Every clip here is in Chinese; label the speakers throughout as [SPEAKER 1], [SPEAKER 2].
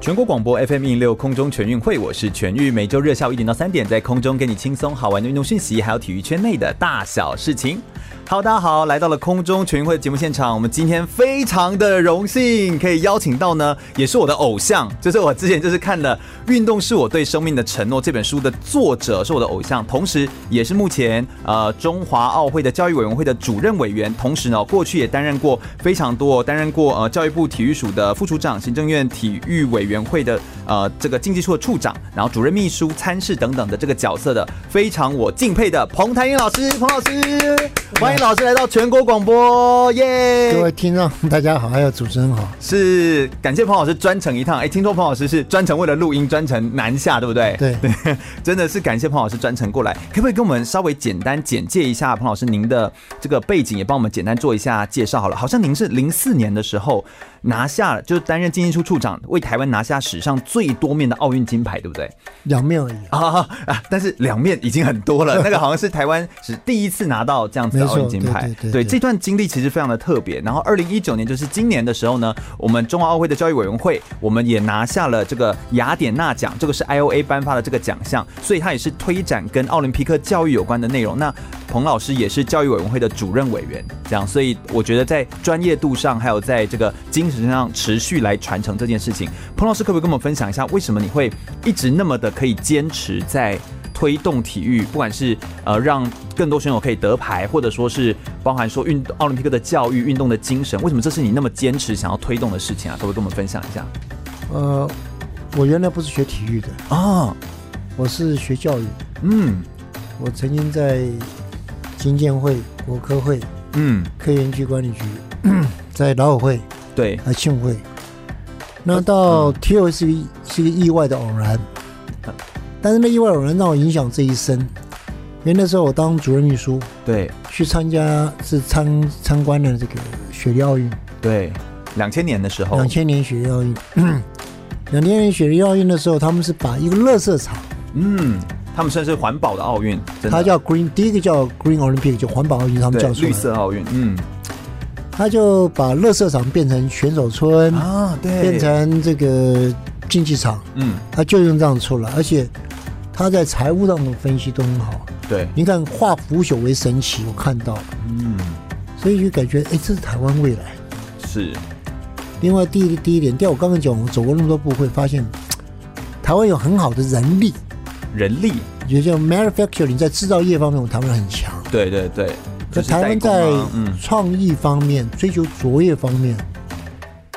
[SPEAKER 1] 全国广播 FM 一零六空中全运会，我是全玉，每周日下午一点到三点，在空中给你轻松好玩的运动讯息，还有体育圈内的大小事情。Hello，大家好，来到了空中全运会的节目现场，我们今天非常的荣幸可以邀请到呢，也是我的偶像，就是我之前就是看了《运动是我对生命的承诺》这本书的作者是我的偶像，同时也是目前呃中华奥会的教育委员会的主任委员，同时呢过去也担任过非常多，担任过呃教育部体育署的副署长、行政院体育委员。委员会的呃这个经济处的处长，然后主任秘书、参事等等的这个角色的，非常我敬佩的彭台英老师，彭老师，欢迎老师来到全国广播，耶、
[SPEAKER 2] 各位听众大家好，还有主持人好，
[SPEAKER 1] 是感谢彭老师专程一趟，哎、听说彭老师是专程为了录音专程南下，对不对？
[SPEAKER 2] 对
[SPEAKER 1] 对，真的是感谢彭老师专程过来，可不可以跟我们稍微简单简介一下彭老师您的这个背景，也帮我们简单做一下介绍好了？好像您是零四年的时候拿下了，就是担任经济处处长，为台湾拿下史上最多面的奥运金牌，对不对？
[SPEAKER 2] 两面而已。
[SPEAKER 1] 啊啊！但是两面已经很多 了，那个好像是台湾是第一次拿到这样子的奥运金牌。
[SPEAKER 2] 没错对对对对
[SPEAKER 1] 这段经历其实非常的特别。然后二零一九年就是今年的时候呢，我们中华奥会的教育委员会，我们也拿下了这个雅典娜奖，这个是 IOA 颁发的这个奖项，所以它也是推展跟奥林匹克教育有关的内容。那彭老师也是教育委员会的主任委员，这样，所以我觉得在专业度上，还有在这个精神上持续来传承这件事情。彭老师可不可以跟我们分享一下，为什么你会一直那么的可以坚持在推动体育，不管是呃让更多选手可以得牌，或者说是呃包含说运奥林匹克的教育、运动的精神，为什么这是你那么坚持想要推动的事情啊？可不可以跟我们分享一下？
[SPEAKER 2] 呃，我原来不是学体育的，
[SPEAKER 1] 哦，
[SPEAKER 2] 我是学教育的。
[SPEAKER 1] 嗯
[SPEAKER 2] 我曾经在经建会、国科会、
[SPEAKER 1] 嗯，
[SPEAKER 2] 科园区管理局， 在劳委会
[SPEAKER 1] 对，
[SPEAKER 2] 还庆会。那到 TO 是一个是一个意外的偶然，但是那意外偶然让我影响这一生。因为那时候我当主任秘书，
[SPEAKER 1] 对
[SPEAKER 2] 去参加是参参观了这个雪梨奥运。
[SPEAKER 1] 对，两千年的时候
[SPEAKER 2] 两，千年雪梨奥运，两千年雪梨奥运的时候，他们是把一个垃圾场，
[SPEAKER 1] 嗯，他们算是环保的奥运，真的
[SPEAKER 2] 它叫 Green，第一个叫 Green Olympic，就环保奥运，他们
[SPEAKER 1] 对
[SPEAKER 2] 叫出
[SPEAKER 1] 绿
[SPEAKER 2] 来，
[SPEAKER 1] 色奥运，嗯
[SPEAKER 2] 他就把垃圾场变成选手村，
[SPEAKER 1] 啊，对，
[SPEAKER 2] 变成这个竞技场，
[SPEAKER 1] 嗯
[SPEAKER 2] 他就用这样出来，而且他在财务上的分析都很好。
[SPEAKER 1] 对，
[SPEAKER 2] 你看，化腐朽为神奇，我看到了，
[SPEAKER 1] 嗯
[SPEAKER 2] 所以就感觉，哎，这是台湾未来。
[SPEAKER 1] 是，
[SPEAKER 2] 另外，第一第一点，第二，我刚刚讲，我走过那么多步，会发现台湾有很好的人力，
[SPEAKER 1] 人力，
[SPEAKER 2] 也就 manufacturing 在制造业方面，我们台湾很强。
[SPEAKER 1] 对对对，
[SPEAKER 2] 在
[SPEAKER 1] 就是
[SPEAKER 2] 台湾
[SPEAKER 1] 代
[SPEAKER 2] 在
[SPEAKER 1] 工啊嗯
[SPEAKER 2] 创意方面、追求卓越方面，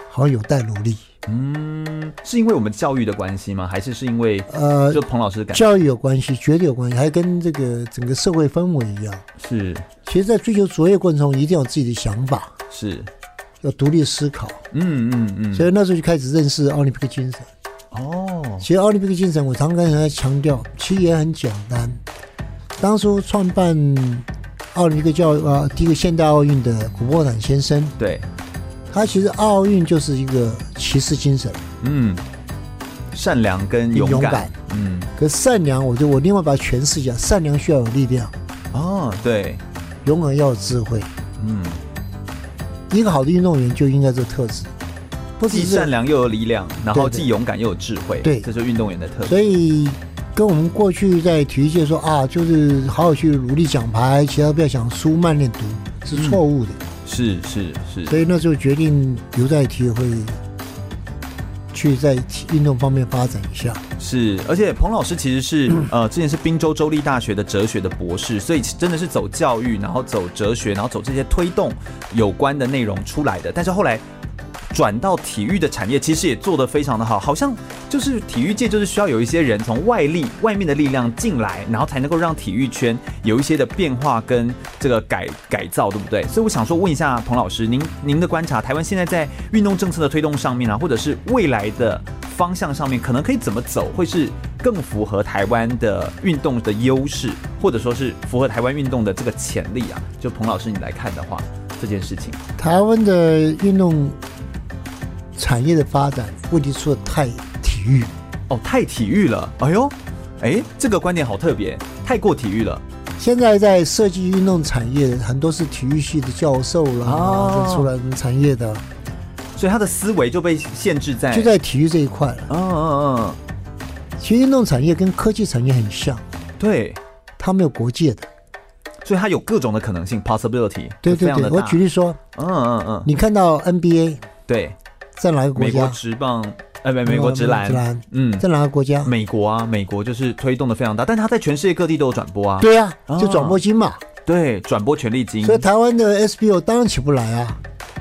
[SPEAKER 2] 好像有待努力。
[SPEAKER 1] 嗯，是因为我们教育的关系吗？还是是因为
[SPEAKER 2] 呃
[SPEAKER 1] 就，彭老师的感觉
[SPEAKER 2] 教育有关系，绝对有关系，还跟这个整个社会氛围一样。
[SPEAKER 1] 是
[SPEAKER 2] 其实，在追求卓越过程中，一定要有自己的想法，
[SPEAKER 1] 是，
[SPEAKER 2] 要独立思考。
[SPEAKER 1] 嗯嗯嗯，
[SPEAKER 2] 所以那时候就开始认识奥林匹克精神。
[SPEAKER 1] 哦，
[SPEAKER 2] 其实奥林匹克精神，我常跟人家强调，其实也很简单。当初创办奥林匹克教育啊，第一个现代奥运的古波坦先生，
[SPEAKER 1] 对，
[SPEAKER 2] 他其实奥运就是一个骑士精神，
[SPEAKER 1] 嗯，善良跟勇
[SPEAKER 2] 勇
[SPEAKER 1] 敢
[SPEAKER 2] 敢，
[SPEAKER 1] 嗯，
[SPEAKER 2] 可善良，我就我另外把它诠释一下，善良需要有力量，
[SPEAKER 1] 哦，对，
[SPEAKER 2] 勇敢要有智慧。
[SPEAKER 1] 嗯，
[SPEAKER 2] 一个好的运动员就应该这特质，不只
[SPEAKER 1] 既
[SPEAKER 2] 是
[SPEAKER 1] 善良又有力量，然后
[SPEAKER 2] 对对
[SPEAKER 1] 既勇敢又有智慧，
[SPEAKER 2] 对
[SPEAKER 1] 这就是运动员的特质，
[SPEAKER 2] 所以跟我们过去在体育界说啊，就是好好去努力奖牌，其他不要想输，慢练读是错误的。
[SPEAKER 1] 是是
[SPEAKER 2] 所
[SPEAKER 1] 是，
[SPEAKER 2] 以那时候决定留在体育会，去在体运动方面发展一下。
[SPEAKER 1] 是，而且彭老师其实是呃，之前是滨州州立大学的哲学的博士，所以真的是走教育，然后走哲学，然后走这些推动有关的内容出来的。但是后来转到体育的产业，其实也做得非常的好，好像就是体育界就是需要有一些人从外力、外面的力量进来，然后才能够让体育圈有一些的变化跟这个改改造，对不对？所以我想说问一下彭老师，您您的观察，台湾现在在运动政策的推动上面啊，或者是未来的。方向上面，可能可以怎么走，会是更符合台湾的运动的优势，或者说是符合台湾运动的这个潜力啊？就彭老师你来看的话，这件事情，
[SPEAKER 2] 台湾的运动产业的发展，问题出了太体育，
[SPEAKER 1] 哦，太体育了，哎呦，哎，这个观点好特别，太过体育了，
[SPEAKER 2] 现在在设计运动产业，很多是体育系的教授啦，
[SPEAKER 1] 哦
[SPEAKER 2] 这出来产业的，
[SPEAKER 1] 所以他的思维就被限制在，
[SPEAKER 2] 就在体育这一块了。
[SPEAKER 1] 嗯嗯
[SPEAKER 2] 其实运动产业跟科技产业很像，
[SPEAKER 1] 嗯，对，
[SPEAKER 2] 它没有国界的。
[SPEAKER 1] 所以它有各种的可能性 possibility，
[SPEAKER 2] 对
[SPEAKER 1] 非
[SPEAKER 2] 对
[SPEAKER 1] 常
[SPEAKER 2] 对
[SPEAKER 1] 的，大
[SPEAKER 2] 我举例说，
[SPEAKER 1] 嗯嗯嗯，
[SPEAKER 2] 你看到 NBA
[SPEAKER 1] 对，
[SPEAKER 2] 在哪个国
[SPEAKER 1] 美国
[SPEAKER 2] 家？嗯
[SPEAKER 1] 职棒，呃，美美国职篮
[SPEAKER 2] 美国，篮
[SPEAKER 1] 嗯，
[SPEAKER 2] 在哪个国家？
[SPEAKER 1] 美国啊，美国就是推动的非常大，但它在全世界各地都有转播啊，
[SPEAKER 2] 对呀、
[SPEAKER 1] 哦
[SPEAKER 2] 就转播金嘛。
[SPEAKER 1] 对，转播权利金
[SPEAKER 2] 所，以台湾的 SBO 当然起不来啊。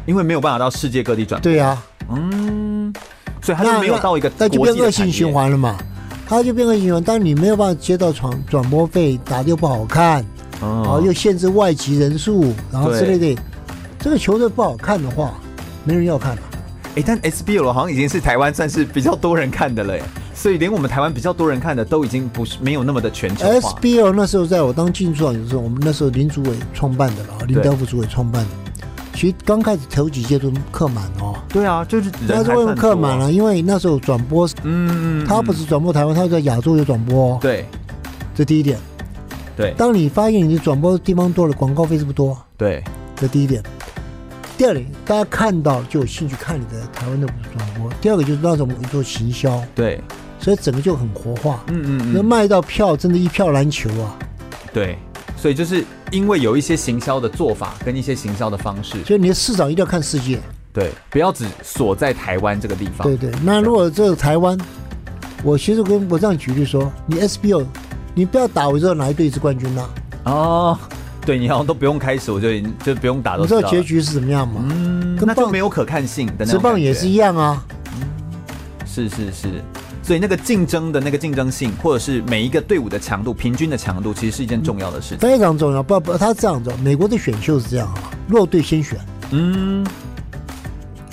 [SPEAKER 1] 因为没有办法到世界各地转播，
[SPEAKER 2] 对啊呀、
[SPEAKER 1] 嗯，所以它
[SPEAKER 2] 那
[SPEAKER 1] 就没有到一个
[SPEAKER 2] 那
[SPEAKER 1] 国际
[SPEAKER 2] 那就
[SPEAKER 1] 的
[SPEAKER 2] 变恶性
[SPEAKER 1] 产业
[SPEAKER 2] 循，环了嘛。它就变恶性循环，当你没有办法接到转转播费，打得又不好看，然后又
[SPEAKER 1] 嗯，
[SPEAKER 2] 限制外籍人数，然后
[SPEAKER 1] 对
[SPEAKER 2] 之类的，这个球队不好看的话，没人要看了。
[SPEAKER 1] 哎，但 SBL 好像已经是台湾算是比较多人看的了，哎，所以连我们台湾比较多人看的都已经不是没有那么的全球化，
[SPEAKER 2] SBL 那时候在我当进驻长的时候，我们那时候林主委创办的了，林德福主委创办的。其实刚开始头几届都客满哦，
[SPEAKER 1] 对啊，就是人
[SPEAKER 2] 那
[SPEAKER 1] 还
[SPEAKER 2] 是为什么
[SPEAKER 1] 算
[SPEAKER 2] 客满
[SPEAKER 1] 多
[SPEAKER 2] 了？因为那时候转播，
[SPEAKER 1] 嗯，嗯
[SPEAKER 2] 他不
[SPEAKER 1] 嗯
[SPEAKER 2] 是转播台湾，他在亚洲有转播、哦，
[SPEAKER 1] 对
[SPEAKER 2] 这第一点。
[SPEAKER 1] 对
[SPEAKER 2] 当你发现你转播的地方多了，广告费是不多，
[SPEAKER 1] 对，
[SPEAKER 2] 这第一点。第二点，大家看到就有兴趣看你的台湾的转播。第二个就是那时候我们做行销，
[SPEAKER 1] 对，
[SPEAKER 2] 所以整个就很活化。
[SPEAKER 1] 嗯嗯
[SPEAKER 2] 那
[SPEAKER 1] 嗯，
[SPEAKER 2] 卖到票真的一票难求啊！
[SPEAKER 1] 对，所以就是因为有一些行销的做法跟一些行销的方式，
[SPEAKER 2] 所以你的市场一定要看世界。
[SPEAKER 1] 对，不要只锁在台湾这个地方，
[SPEAKER 2] 对对，那如果这个台湾，我其实跟我这样举例说，你 SBO，你不要打，我知道哪一队是冠军啦、啊
[SPEAKER 1] 哦，对你好像都不用开始，我就已经就不用打都
[SPEAKER 2] 你知道
[SPEAKER 1] 了
[SPEAKER 2] 结，局是怎么样吗？
[SPEAKER 1] 嗯，
[SPEAKER 2] 跟
[SPEAKER 1] 那就
[SPEAKER 2] 棒
[SPEAKER 1] 没有可看性的那
[SPEAKER 2] 职
[SPEAKER 1] 种感觉，
[SPEAKER 2] 棒也是一样啊，
[SPEAKER 1] 是是是，所以那个竞争的那个竞争性，或者是每一个队伍的强度、平均的强度，其实是一件重要的事情，
[SPEAKER 2] 非常重要。不不，他这样子，哦美国的选秀是这样啊，弱队先选，
[SPEAKER 1] 嗯，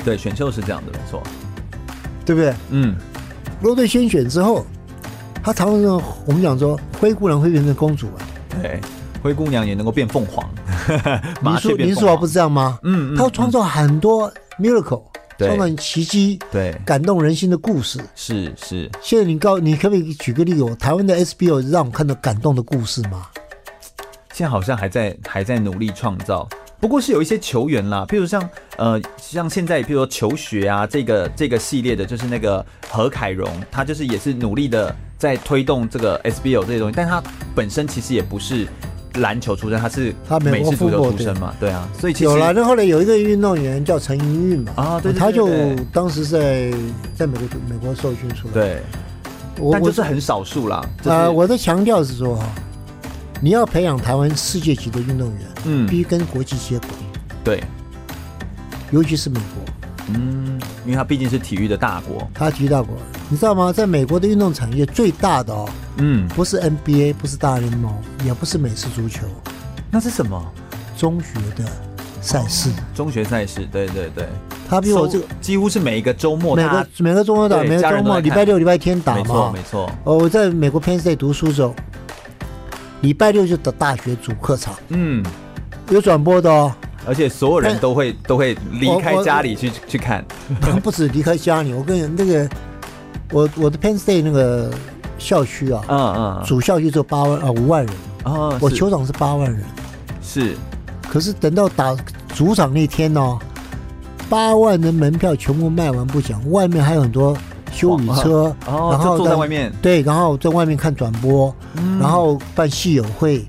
[SPEAKER 1] 对，选秀是这样的，没错，
[SPEAKER 2] 对不对？
[SPEAKER 1] 嗯，
[SPEAKER 2] 弱队先选之后，他常常说我们讲说灰姑娘会变成公主啊，
[SPEAKER 1] 对，灰姑娘也能够变凤凰，
[SPEAKER 2] 林
[SPEAKER 1] 麻雀
[SPEAKER 2] 书
[SPEAKER 1] 变
[SPEAKER 2] 林
[SPEAKER 1] 凤
[SPEAKER 2] 书豪
[SPEAKER 1] 凰
[SPEAKER 2] 不是这样吗？
[SPEAKER 1] 嗯嗯
[SPEAKER 2] 他创造很多 miracle，
[SPEAKER 1] 对
[SPEAKER 2] 创造奇迹，
[SPEAKER 1] 对，
[SPEAKER 2] 感动人心的故事。
[SPEAKER 1] 是是，
[SPEAKER 2] 现在你告你可不可以举个例子？我台湾的 SBO 让我看到感动的故事吗？
[SPEAKER 1] 现在好像还在还在努力创造，不过是有一些球员啦，譬如像呃像现在譬如说求学啊这个这个系列的，就是那个何凯荣，他就是也是努力的在推动这个 SBL 这些东西，但他本身其实也不是篮球出身，他是
[SPEAKER 2] 他美
[SPEAKER 1] 美
[SPEAKER 2] 国
[SPEAKER 1] 式足球
[SPEAKER 2] football
[SPEAKER 1] 出身嘛，对啊，所以其实
[SPEAKER 2] 哦有了，那后来有一个运动员叫陈盈韵嘛，
[SPEAKER 1] 啊对对对
[SPEAKER 2] 他就
[SPEAKER 1] 对
[SPEAKER 2] 当时在在美国美国受训出来。，
[SPEAKER 1] 对，
[SPEAKER 2] 我
[SPEAKER 1] 但
[SPEAKER 2] 我
[SPEAKER 1] 就是很少数啦，就是、
[SPEAKER 2] 呃，我的强调是说哈，你要培养台湾世界级的运动员，
[SPEAKER 1] 嗯
[SPEAKER 2] 必须跟国际接轨，
[SPEAKER 1] 对，
[SPEAKER 2] 尤其是美国，
[SPEAKER 1] 嗯，因为他毕竟是体育的大国，
[SPEAKER 2] 他提到过，你知道吗？在美国的运动产业最大的哦，
[SPEAKER 1] 嗯，
[SPEAKER 2] 不是 NBA，不是大联盟，也不是美式足球，
[SPEAKER 1] 那是什么？
[SPEAKER 2] 中学的赛事，
[SPEAKER 1] 中学赛事，对对对，
[SPEAKER 2] 他比我这个。
[SPEAKER 1] 收几乎是每一个周末
[SPEAKER 2] 每
[SPEAKER 1] 大家
[SPEAKER 2] 个每个周末打，
[SPEAKER 1] 对
[SPEAKER 2] 每个
[SPEAKER 1] 家
[SPEAKER 2] 周
[SPEAKER 1] 人都
[SPEAKER 2] 末
[SPEAKER 1] 在
[SPEAKER 2] 礼
[SPEAKER 1] 看
[SPEAKER 2] 拜六、礼拜天打
[SPEAKER 1] 没错
[SPEAKER 2] 嘛
[SPEAKER 1] 没。错，
[SPEAKER 2] 哦，我在美国 Penn State 读书的时候，礼拜六就打大学主客场，
[SPEAKER 1] 嗯，
[SPEAKER 2] 有转播 的哦。
[SPEAKER 1] 而且所有人
[SPEAKER 2] 但
[SPEAKER 1] 都会都会离
[SPEAKER 2] 我
[SPEAKER 1] 开
[SPEAKER 2] 我
[SPEAKER 1] 家里去去看，
[SPEAKER 2] 不止离开家里，我跟你那个，我我的 Penn State 那个校区啊，
[SPEAKER 1] 嗯嗯，
[SPEAKER 2] 主校区只有八万啊五万人，
[SPEAKER 1] 啊，
[SPEAKER 2] 我
[SPEAKER 1] 是
[SPEAKER 2] 球场是八万人，
[SPEAKER 1] 是
[SPEAKER 2] 可是等到打主场那天哦，八万的门票全部卖完不讲，外面还有很多修理车，
[SPEAKER 1] 哦
[SPEAKER 2] 然后
[SPEAKER 1] 就坐在外面嗯
[SPEAKER 2] 对，然后在外面看转播，然后办戏友会，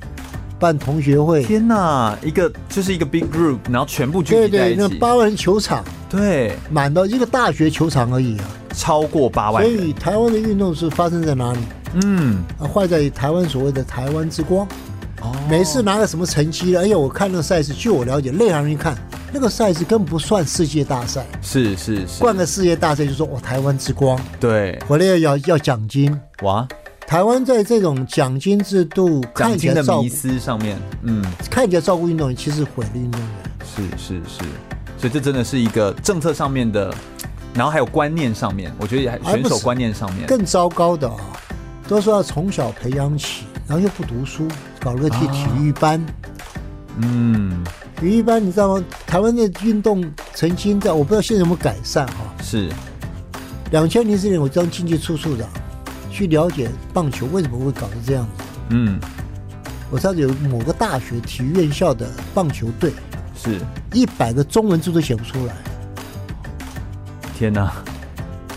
[SPEAKER 2] 办同学会，
[SPEAKER 1] 天哪，一个就是一个 big group，然后全部聚
[SPEAKER 2] 对
[SPEAKER 1] 集在
[SPEAKER 2] 对，
[SPEAKER 1] 一
[SPEAKER 2] 那
[SPEAKER 1] 起，
[SPEAKER 2] 八万人球场
[SPEAKER 1] 对，
[SPEAKER 2] 满到一个大学球场而已啊，
[SPEAKER 1] 超过八万
[SPEAKER 2] 所
[SPEAKER 1] 人，
[SPEAKER 2] 以台湾的运动是发生在哪里？
[SPEAKER 1] 嗯，
[SPEAKER 2] 啊，坏在台湾所谓的台湾之光，
[SPEAKER 1] 哦
[SPEAKER 2] 每次拿个什么成绩了，哎呀，我看那个赛事，据我了解，内行人一看，那个赛事根本不算世界大赛，
[SPEAKER 1] 是是是，
[SPEAKER 2] 冠个世界大赛就说我台湾之光，
[SPEAKER 1] 对，
[SPEAKER 2] 回来要要要奖金。
[SPEAKER 1] 哇，
[SPEAKER 2] 台湾在这种奖金制度
[SPEAKER 1] 奖
[SPEAKER 2] 看起
[SPEAKER 1] 金
[SPEAKER 2] 来
[SPEAKER 1] 的
[SPEAKER 2] 照
[SPEAKER 1] 迷
[SPEAKER 2] 顾
[SPEAKER 1] 思上面，嗯，
[SPEAKER 2] 看起来照顾运动员，其实毁了运动员。
[SPEAKER 1] 是是是，所以这真的是一个政策上面的。然后还有观念上面，我觉得还
[SPEAKER 2] 还
[SPEAKER 1] 选
[SPEAKER 2] 不
[SPEAKER 1] 手
[SPEAKER 2] 是
[SPEAKER 1] 观念上面
[SPEAKER 2] 更糟糕的啊、都说要从小培养起，然后又不读书，搞了个体体育班。
[SPEAKER 1] 啊嗯
[SPEAKER 2] 体育班你知道吗？台湾的运动曾经在我不知道现在有没有改善啊。
[SPEAKER 1] 是
[SPEAKER 2] 两千零四年我当经济处处长，去了解棒球为什么会搞成这样子。
[SPEAKER 1] 嗯
[SPEAKER 2] 我知道有某个大学体育院校的棒球队，
[SPEAKER 1] 是，
[SPEAKER 2] 一百个中文字都写不出来，
[SPEAKER 1] 天哪，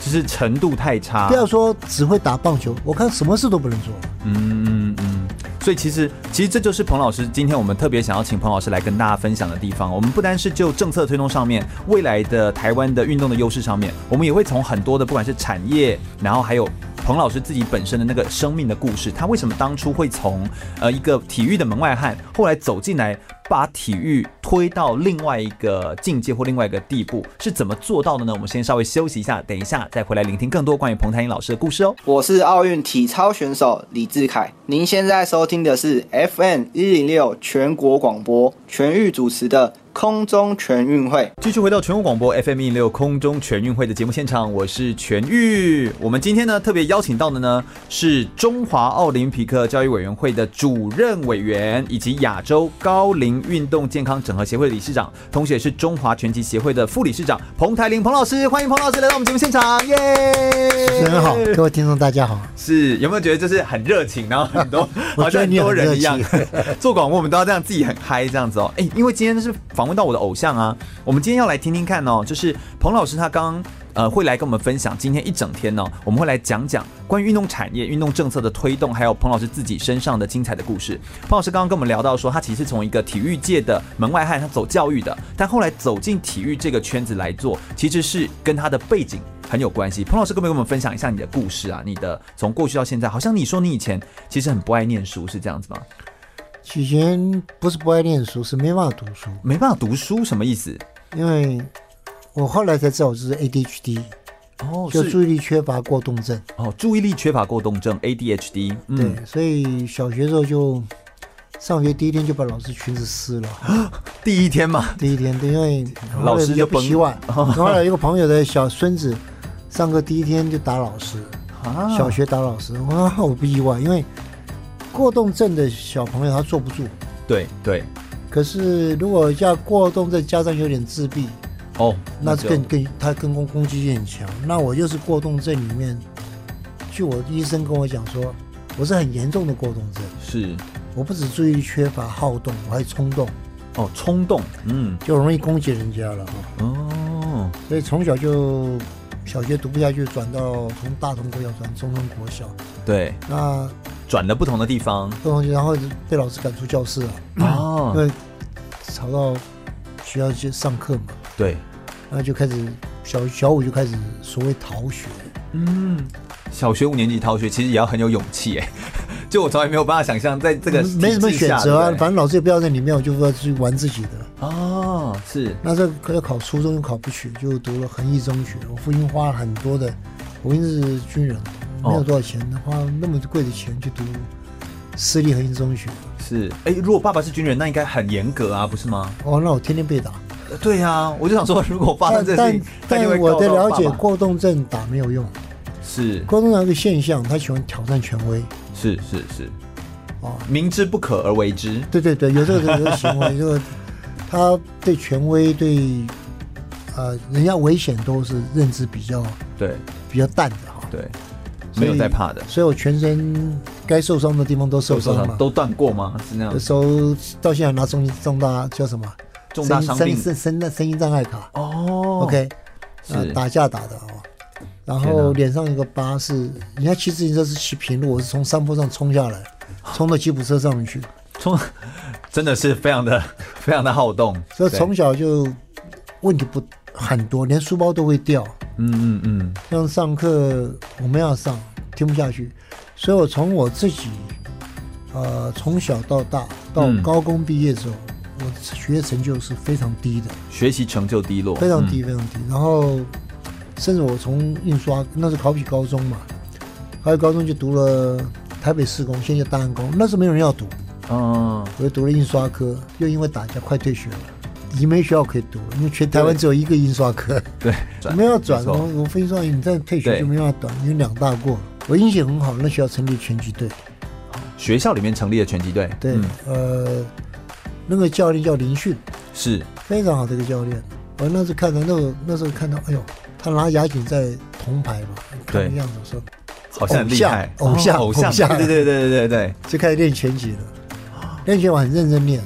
[SPEAKER 1] 就是程度太差。
[SPEAKER 2] 不要说只会打棒球，我看什么事都不能做。
[SPEAKER 1] 嗯嗯嗯，所以其实其实这就是彭老师今天我们特别想要请彭老师来跟大家分享的地方。我们不单是就政策推动上面，未来的台湾的运动的优势上面，我们也会从很多的不管是产业，然后还有。彭老师自己本身的那个生命的故事，他为什么当初会从呃一个体育的门外汉，后来走进来，把体育推到另外一个境界或另外一个地步，是怎么做到的呢？我们先稍微休息一下，等一下再回来聆听更多关于彭太英老师的故事哦。
[SPEAKER 3] 我是奥运体操选手李志凯。您现在收听的是 FM 一零六全国广播全域主持的空中全运会。
[SPEAKER 1] 继续回到全国广播 FM 一六空中全运会的节目现场，我是全玉。我们今天呢特别邀请到的呢是中华奥林匹克教育委员会的主任委员，以及亚洲高龄运动健康整合协会的理事长，同时也是中华拳击协会的副理事长彭台林彭老师。欢迎彭老师来到我们节目现场，耶！
[SPEAKER 2] 主
[SPEAKER 1] 哎
[SPEAKER 2] 持人好，各位听众大家好。
[SPEAKER 1] 是有没有觉得就是很热情，然后很多好像很多人一样
[SPEAKER 2] 我觉得，
[SPEAKER 1] 做广播我们都要这样自己很嗨这样子哦。哎、因为今天是访问到我的偶像啊，我们今天要来听听看哦，就是彭老师他刚。呃，会来跟我们分享今天一整天呢、我们会来讲讲关于运动产业、运动政策的推动，还有彭老师自己身上的精彩的故事。彭老师刚刚跟我们聊到说，他其实是从一个体育界的门外汉，他走教育的，但后来走进体育这个圈子来做，其实是跟他的背景很有关系。彭老师，可不可以跟我们分享一下你的故事啊？你的从过去到现在，好像你说你以前其实很不爱念书，是这样子吗？
[SPEAKER 2] 以前不是不爱念书，是没办法读书，
[SPEAKER 1] 没办法读书，什么意思？
[SPEAKER 2] 因为我后来才知道我这是 ADHD，
[SPEAKER 1] 哦，
[SPEAKER 2] 就是注意力缺乏过动症。
[SPEAKER 1] 哦，注意力缺乏过动症 （ADHD）。嗯，
[SPEAKER 2] 对，所以小学时候就上学第一天就把老师裙子撕了，
[SPEAKER 1] 第一天嘛，
[SPEAKER 2] 第一天对因为
[SPEAKER 1] 老师
[SPEAKER 2] 后来
[SPEAKER 1] 就
[SPEAKER 2] 不
[SPEAKER 1] 崩
[SPEAKER 2] 习惯。后来有一个朋友的小孙子上课第一天就打老师，
[SPEAKER 1] 啊，
[SPEAKER 2] 小学打老师，哇，我不意外，因为过动症的小朋友他坐不住，
[SPEAKER 1] 对对，
[SPEAKER 2] 可是如果要过动症加上有点自闭，
[SPEAKER 1] 哦，
[SPEAKER 2] 那
[SPEAKER 1] 就
[SPEAKER 2] 更更他更攻攻击性很强。那我就是过动症里面，据我医生跟我讲说，我是很严重的过动症，
[SPEAKER 1] 是
[SPEAKER 2] 我不止注意力缺乏、好动，我还冲动，
[SPEAKER 1] 哦，冲动，嗯，
[SPEAKER 2] 就容易攻击人家了。
[SPEAKER 1] 哦，
[SPEAKER 2] 所以从小就小学读不下去，转到从大同国小转中正国小，
[SPEAKER 1] 对，
[SPEAKER 2] 那
[SPEAKER 1] 转了不同的地方，
[SPEAKER 2] 不同学然后被老师赶出教室了，因
[SPEAKER 1] 哦，
[SPEAKER 2] 为吵到学校去上课嘛，
[SPEAKER 1] 对，
[SPEAKER 2] 然后就开始小小五就开始所谓逃学。
[SPEAKER 1] 嗯，小学五年级逃学其实也要很有勇气哎， 就我从来没有办法想象在这个
[SPEAKER 2] 没什么
[SPEAKER 1] 体制
[SPEAKER 2] 选
[SPEAKER 1] 下
[SPEAKER 2] 择啊，
[SPEAKER 1] 对不对
[SPEAKER 2] 反正老师也不要在里面，我就要去玩自己的。
[SPEAKER 1] 哦，是
[SPEAKER 2] 那时候可要考初中又考不取，就读了恒毅中学。我父亲花了很多的，我因为是军人，没
[SPEAKER 1] 哦
[SPEAKER 2] 有多少钱，花那么贵的钱去读私立恒毅中学。
[SPEAKER 1] 是，哎、如果爸爸是军人，那应该很严格啊，不是吗？
[SPEAKER 2] 哦，那我天天被打。
[SPEAKER 1] 呃对呀、 我就想说，如果发生
[SPEAKER 2] 啊但
[SPEAKER 1] 这事
[SPEAKER 2] 但
[SPEAKER 1] 情，他就会
[SPEAKER 2] 但我的
[SPEAKER 1] 告到
[SPEAKER 2] 了
[SPEAKER 1] 爸
[SPEAKER 2] 解，
[SPEAKER 1] 爸
[SPEAKER 2] 过动症打没有用。
[SPEAKER 1] 是
[SPEAKER 2] 过动症有一个现象，他喜欢挑战权威。
[SPEAKER 1] 是是是，
[SPEAKER 2] 哦，
[SPEAKER 1] 明知不可而为之，
[SPEAKER 2] 对对对，有这个有 这个行为，这个他对权威对呃人家危险都是认知比较
[SPEAKER 1] 对
[SPEAKER 2] 比较淡的哈。
[SPEAKER 1] 对，
[SPEAKER 2] 所
[SPEAKER 1] 没
[SPEAKER 2] 以
[SPEAKER 1] 有在怕的，
[SPEAKER 2] 所以我全身该受伤的地方都受伤了。
[SPEAKER 1] 都断过吗？是那样，
[SPEAKER 2] 手到现在拿重重大叫什么？
[SPEAKER 1] 重大伤病
[SPEAKER 2] 声声声声声音障碍卡。
[SPEAKER 1] 哦
[SPEAKER 2] OK，
[SPEAKER 1] 是
[SPEAKER 2] 呃，打架打的哦。然
[SPEAKER 1] 天哪
[SPEAKER 2] 后脸上有个疤是，人家骑自行车是骑平路，我是从山坡上冲下来，
[SPEAKER 1] 哦
[SPEAKER 2] 冲到吉普车上面去，
[SPEAKER 1] 冲，真的是非常的非常的好动，
[SPEAKER 2] 所以
[SPEAKER 1] 对
[SPEAKER 2] 从小就问题不很多，连书包都会掉。
[SPEAKER 1] 嗯嗯嗯
[SPEAKER 2] 像上课我们要上，听不下去，所以我从我自己，呃，从小到大到
[SPEAKER 1] 嗯
[SPEAKER 2] 高中毕业之后，我学业成就是非常低的，
[SPEAKER 1] 学习成就低落，
[SPEAKER 2] 非常低，
[SPEAKER 1] 嗯
[SPEAKER 2] 非常低。然后，甚至我从印刷那是考比高中嘛，考比高中就读了台北四工，现在大安工，那时候没有人要读，
[SPEAKER 1] 嗯，
[SPEAKER 2] 我就读了印刷科，又因为打架快退学了，移媒学校可以读，因为全台湾只有一个印刷科，
[SPEAKER 1] 对，
[SPEAKER 2] 没有转
[SPEAKER 1] 没错
[SPEAKER 2] 我我非印刷你再退学
[SPEAKER 1] 对
[SPEAKER 2] 就没办法转，有两大过。我运气很好，那学校成立拳击队，
[SPEAKER 1] 学校里面成立的拳击队，
[SPEAKER 2] 对，
[SPEAKER 1] 嗯
[SPEAKER 2] 呃，那个教练叫林训，
[SPEAKER 1] 是
[SPEAKER 2] 非常好的一个教练。我那时候看到，那个那时候看到，哎呦，他拿亚锦在铜牌嘛，看
[SPEAKER 1] 对
[SPEAKER 2] 那样子说，
[SPEAKER 1] 好像很厉害，
[SPEAKER 2] 偶像
[SPEAKER 1] 哦偶
[SPEAKER 2] 偶
[SPEAKER 1] 像
[SPEAKER 2] 像，偶像
[SPEAKER 1] 对对对对对对，
[SPEAKER 2] 就开始练拳击了。
[SPEAKER 1] 啊
[SPEAKER 2] 练拳我很认真练，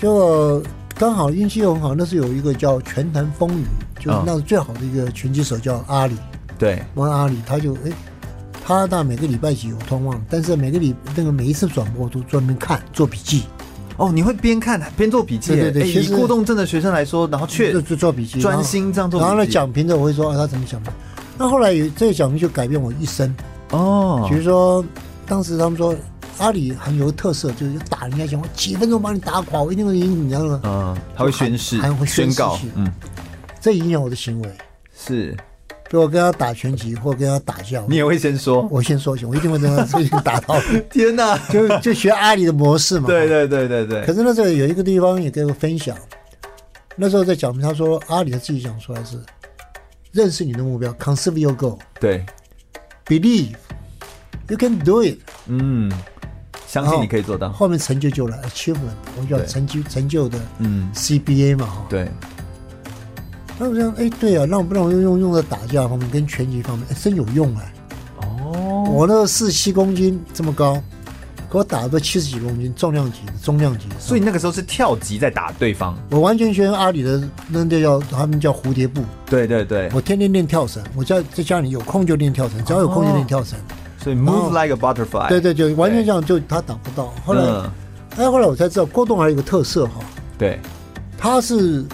[SPEAKER 2] 结果刚好运气又很好，那时候有一个叫拳坛风雨，就是
[SPEAKER 1] 嗯
[SPEAKER 2] 那时候最好的一个拳击手叫阿里，
[SPEAKER 1] 对，
[SPEAKER 2] 王阿里，他就哎，他那每个礼拜几我突然忘了，但是每个礼那个每一次转播我都专门看做笔记，
[SPEAKER 1] 哦，你会边看边做笔记耶，
[SPEAKER 2] 对对对
[SPEAKER 1] 哎
[SPEAKER 2] 其
[SPEAKER 1] 以
[SPEAKER 2] 实
[SPEAKER 1] 过动症的学生来说，然后却
[SPEAKER 2] 就就做笔记，
[SPEAKER 1] 专
[SPEAKER 2] 然后
[SPEAKER 1] 心这样做笔
[SPEAKER 2] 然后呢，
[SPEAKER 1] 记
[SPEAKER 2] 讲评的我会说、啊、他怎么讲评，那后来有这个讲评就改变我一生，
[SPEAKER 1] 哦
[SPEAKER 2] 比，如说当时他们说阿里很有特色，就是打人家讲我几分钟把你打垮，我一定会赢你，然后呢。
[SPEAKER 1] 嗯，他会宣誓
[SPEAKER 2] 还还会，宣
[SPEAKER 1] 宣
[SPEAKER 2] 誓
[SPEAKER 1] 告
[SPEAKER 2] 性，
[SPEAKER 1] 嗯，
[SPEAKER 2] 这影响我的行为。
[SPEAKER 1] 是
[SPEAKER 2] 比如我跟他打拳击或跟他打架，
[SPEAKER 1] 你也会先说，
[SPEAKER 2] 我先说一下，我一定会跟他最近打 到，
[SPEAKER 1] 天哪，
[SPEAKER 2] 哦就就学阿里的模式嘛。
[SPEAKER 1] 对。对对对
[SPEAKER 2] 可
[SPEAKER 1] 对，
[SPEAKER 2] 是那时候有一个地方也给我分享，那时候在讲，他说阿里他自己讲出来是，认识你的目标，conceive your goal，believe
[SPEAKER 1] 对，
[SPEAKER 2] you can do it，
[SPEAKER 1] 嗯，相
[SPEAKER 2] 哦
[SPEAKER 1] 信你可以做到，
[SPEAKER 2] 后面成就就来，achievement，我们叫
[SPEAKER 1] 对
[SPEAKER 2] 成就成就的
[SPEAKER 1] 嗯，
[SPEAKER 2] CBA 嘛哈。
[SPEAKER 1] 对，
[SPEAKER 2] 那我想，哎，对啊，那我不让我用用用在打架方面跟拳击方面，哎，真有用哎、
[SPEAKER 1] 哦，
[SPEAKER 2] 我那个四七公斤这么高，给我打都七十几公斤，重量级的，重量级的。
[SPEAKER 1] 所以那个时候是跳级在打对方，
[SPEAKER 2] 我完全学阿里的那那叫他们叫蝴蝶步，
[SPEAKER 1] 对对对，
[SPEAKER 2] 我天天练跳绳，我家在家里有空就练跳
[SPEAKER 1] 哦
[SPEAKER 2] 绳，只要有空就练跳绳。
[SPEAKER 1] 所以 move
[SPEAKER 2] 然后
[SPEAKER 1] like a butterfly，
[SPEAKER 2] 哦对对对，完全这样就他打不到。后来，
[SPEAKER 1] 哎嗯，
[SPEAKER 2] 哎，后来我才知道郭栋还有一个特色哈，
[SPEAKER 1] 对，
[SPEAKER 2] 他是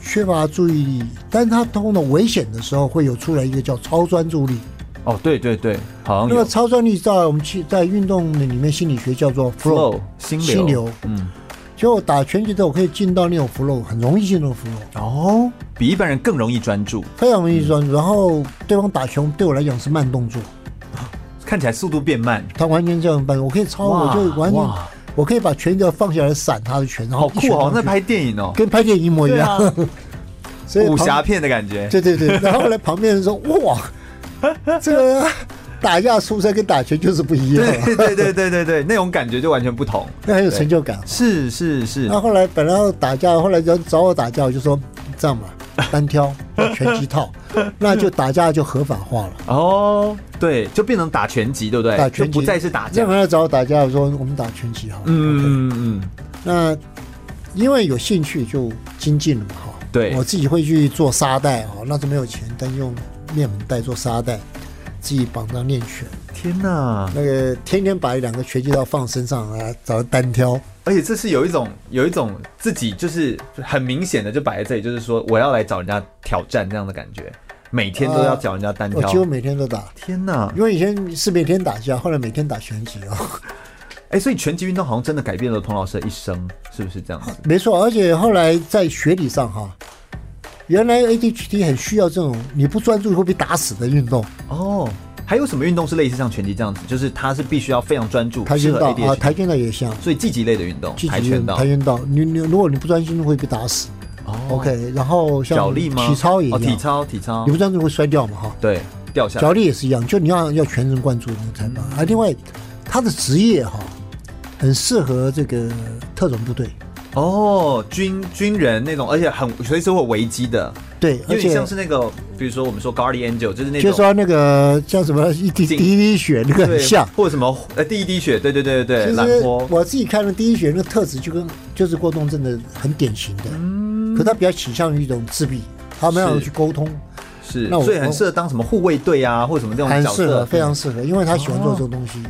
[SPEAKER 2] 缺乏注意力，但是他通过危险的时候会有出来一个叫超专注力。
[SPEAKER 1] 哦对对对，好
[SPEAKER 2] 那
[SPEAKER 1] 像有
[SPEAKER 2] 个超专注力在我们去在运动里面心理学叫做 flow。
[SPEAKER 1] flow 心流，
[SPEAKER 2] 心流
[SPEAKER 1] 嗯，
[SPEAKER 2] 就我打拳击的，我可以进到那种 flow，很容易进入 flow，
[SPEAKER 1] 哦，比一般人更容易专注，
[SPEAKER 2] 非常容易专注。然后对方打拳对我来讲是慢动作，
[SPEAKER 1] 看起来速度变慢，
[SPEAKER 2] 他完全这样办，我可以超，
[SPEAKER 1] 哇
[SPEAKER 2] 我就完全
[SPEAKER 1] 哇，
[SPEAKER 2] 我可以把拳脚放下来闪他的拳，然
[SPEAKER 1] 好
[SPEAKER 2] 后一拳
[SPEAKER 1] 酷哦，
[SPEAKER 2] 上
[SPEAKER 1] 那
[SPEAKER 2] 去
[SPEAKER 1] 拍电影哦，
[SPEAKER 2] 跟拍电影一模一
[SPEAKER 1] 对啊
[SPEAKER 2] 样。 所以
[SPEAKER 1] 武
[SPEAKER 2] 旁
[SPEAKER 1] 侠，片的感觉，
[SPEAKER 2] 对对对。然后后来旁边 人说：“哇，这个打架出身跟打拳就是不一样啊，
[SPEAKER 1] 对对对对对对，那种感觉就完全不同，
[SPEAKER 2] 那很有成就感。”
[SPEAKER 1] 是是是，
[SPEAKER 2] 那后来本来要打架，后来人找我打架，我就说这样吧，单挑拳击套，那就打架就合法化了。
[SPEAKER 1] 哦，对，就变成打拳击，对不对？
[SPEAKER 2] 打拳击
[SPEAKER 1] 就不再是打架
[SPEAKER 2] 任何，人来找我打架，我说我们打拳击好了。OK
[SPEAKER 1] 嗯嗯嗯，
[SPEAKER 2] 那因为有兴趣就精进了嘛哈。
[SPEAKER 1] 对
[SPEAKER 2] 我自己会去做沙袋哈，那时候没有钱，但用面粉袋做沙袋，自己绑上练拳。
[SPEAKER 1] 天哪！
[SPEAKER 2] 那个天天把两个拳击套放身上啊，找人单挑。
[SPEAKER 1] 而且这是有一种有一种自己就是很明显的就摆在这里，就是说我要来找人家挑战这样的感觉，每天都要找人家单
[SPEAKER 2] 呃我
[SPEAKER 1] 挑。
[SPEAKER 2] 几乎每天都打，
[SPEAKER 1] 天哪！
[SPEAKER 2] 因为以前是每天打架，后来每天打拳击哦。
[SPEAKER 1] 哎、所以拳击运动好像真的改变了童老师的一生，是不是这样子？
[SPEAKER 2] 没错，而且后来在学理上哈，原来 ADHD 很需要这种你不专注会被打死的运动。
[SPEAKER 1] 哦，还有什么运动是类似像拳击这样子？就是它是必须要非常专注，
[SPEAKER 2] 跆
[SPEAKER 1] 适
[SPEAKER 2] 拳
[SPEAKER 1] 合
[SPEAKER 2] 道啊，
[SPEAKER 1] ADHD
[SPEAKER 2] 跆拳道也像，
[SPEAKER 1] 所以竞技类的运动，
[SPEAKER 2] 积极
[SPEAKER 1] 跆拳道
[SPEAKER 2] 跆。拳道，你你如果你不专心会被打死。
[SPEAKER 1] 哦
[SPEAKER 2] OK，然后像
[SPEAKER 1] 脚力吗？
[SPEAKER 2] 体操也一
[SPEAKER 1] 哦，
[SPEAKER 2] 样，
[SPEAKER 1] 体操，啊体操
[SPEAKER 2] 你，不专注会摔掉嘛哈。
[SPEAKER 1] 对，掉下来。
[SPEAKER 2] 脚力也是一样，就你要要全神贯注你才
[SPEAKER 1] 嗯
[SPEAKER 2] 能。啊，另外他的职业哈，很适合这个特种部队。
[SPEAKER 1] 哦，军军人那种，而且很随时会有危机的，
[SPEAKER 2] 对，
[SPEAKER 1] 有
[SPEAKER 2] 而
[SPEAKER 1] 点
[SPEAKER 2] 且
[SPEAKER 1] 像是那个，比如说我们说 Guardian Angel，就是那种
[SPEAKER 2] 就是说那个像什么一滴
[SPEAKER 1] 紧
[SPEAKER 2] 第一滴血那个
[SPEAKER 1] 对
[SPEAKER 2] 很像。
[SPEAKER 1] 或者什么呃第一滴血，对对对对对，
[SPEAKER 2] 其实
[SPEAKER 1] 蓝波，
[SPEAKER 2] 我自己看了第一血那个特质就跟就是过动症的很典型的，可他比较倾向于一种自闭，他没有
[SPEAKER 1] 嗯是
[SPEAKER 2] 去沟通，
[SPEAKER 1] 是，
[SPEAKER 2] 那我
[SPEAKER 1] 所以很适合当什么护卫队啊，或者什么那种
[SPEAKER 2] 很
[SPEAKER 1] 角
[SPEAKER 2] 适
[SPEAKER 1] 色，嗯
[SPEAKER 2] 合，非常适合，因为他喜欢做这种东西，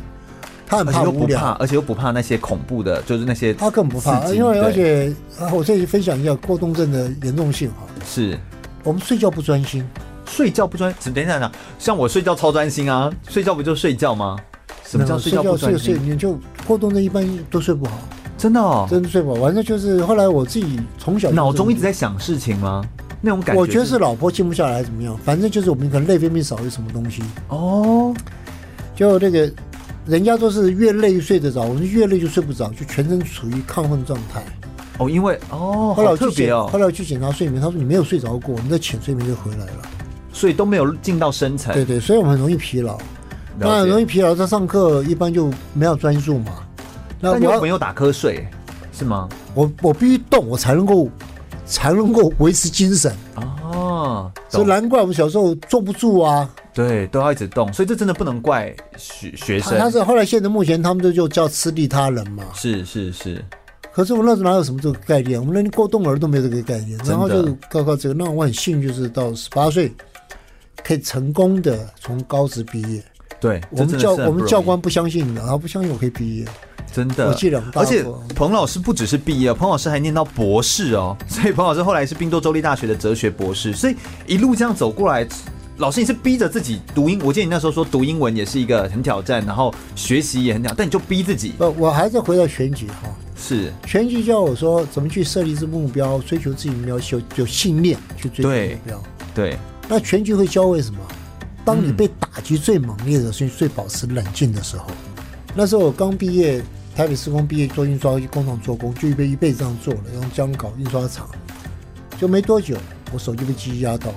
[SPEAKER 2] 他很
[SPEAKER 1] 而且
[SPEAKER 2] 怕
[SPEAKER 1] 又不怕
[SPEAKER 2] 无聊，，
[SPEAKER 1] 而且又不怕那些恐怖的，就是那些
[SPEAKER 2] 他更不怕，
[SPEAKER 1] 刺激
[SPEAKER 2] 因为
[SPEAKER 1] 对
[SPEAKER 2] 而且啊，我这里分享一下过动症的严重性哈，
[SPEAKER 1] 是
[SPEAKER 2] 我们睡觉不专心，
[SPEAKER 1] 睡觉不专，等一下等一下，像我睡觉超专心啊，睡觉不就睡觉吗？什么叫
[SPEAKER 2] 嗯
[SPEAKER 1] 睡觉不专
[SPEAKER 2] 睡睡
[SPEAKER 1] 心？
[SPEAKER 2] 你就过动症一般都睡不好，
[SPEAKER 1] 真的哦，
[SPEAKER 2] 真的睡不好，反正就是后来我自己从小就
[SPEAKER 1] 脑中一直
[SPEAKER 2] 这
[SPEAKER 1] 在
[SPEAKER 2] 样
[SPEAKER 1] 想事情吗？那种感
[SPEAKER 2] 子。
[SPEAKER 1] 觉，
[SPEAKER 2] 我觉得是老婆静不下来，怎么样？反正就是我们可能内分泌少，有什么东西，
[SPEAKER 1] 哦，
[SPEAKER 2] 就那个人家都是越累越睡得着，我们越累就睡不着，就全身处于亢奋状态。
[SPEAKER 1] 哦，因为哦，
[SPEAKER 2] 后来
[SPEAKER 1] 好
[SPEAKER 2] 我去
[SPEAKER 1] 特别
[SPEAKER 2] 检，后
[SPEAKER 1] 哦，
[SPEAKER 2] 来我去检查睡眠，他说你没有睡着过，你的浅睡眠就回来了。
[SPEAKER 1] 所以都没有进到深层。
[SPEAKER 2] 对对，所以我们很容易疲劳。
[SPEAKER 1] 哎了
[SPEAKER 2] 那很容易
[SPEAKER 1] 解，
[SPEAKER 2] 疲劳，在上课一般就没有专注嘛。那我
[SPEAKER 1] 但又
[SPEAKER 2] 要
[SPEAKER 1] 没有打瞌睡，是吗？
[SPEAKER 2] 我我必须动，我才能够才能够维持精神。
[SPEAKER 1] 哦，
[SPEAKER 2] 所以
[SPEAKER 1] 懂
[SPEAKER 2] 难怪我们小时候坐不住啊。
[SPEAKER 1] 对，都要一直动，所以这真的不能怪学学
[SPEAKER 2] 他他
[SPEAKER 1] 生。
[SPEAKER 2] 是后来现在目前他们都就叫吃力他人嘛。
[SPEAKER 1] 是是是，
[SPEAKER 2] 可是我那时候哪有什么这个概念？我们连过动儿都没有这个概念，
[SPEAKER 1] 真的
[SPEAKER 2] 然后就靠靠这个。那我很幸运，就是到十八岁可以成功的从高职毕业。
[SPEAKER 1] 对，
[SPEAKER 2] 我
[SPEAKER 1] 这真的
[SPEAKER 2] 们教
[SPEAKER 1] 是很不
[SPEAKER 2] 我们
[SPEAKER 1] 容易
[SPEAKER 2] 教官不相信的，他不相信我可以毕业。
[SPEAKER 1] 真的，
[SPEAKER 2] 我记得很大
[SPEAKER 1] 而且
[SPEAKER 2] 过
[SPEAKER 1] 彭老师不只是毕业，彭老师还念到博士哦， 所以彭老师后来是宾州州立大学的哲学博士，所以一路这样走过来，老师你是逼着自己读英，我记得你那时候说读英文也是一个很挑战，然后学习也很挑，但你就逼自己，
[SPEAKER 2] 呃，我还是回到选举哈、
[SPEAKER 1] 是
[SPEAKER 2] 选举教我说怎么去设立这目标，追求自己的目标，有有信念去追求
[SPEAKER 1] 对
[SPEAKER 2] 目标。
[SPEAKER 1] 对，
[SPEAKER 2] 那全局会教会什么？当你
[SPEAKER 1] 嗯
[SPEAKER 2] 被打击最猛烈的时候，最保持冷静的时候。那时候我刚毕业，台北施工毕业，做印刷工厂做工，就一辈一辈子这样做了，然后将搞印刷厂，就没多久，我手就被机器压到，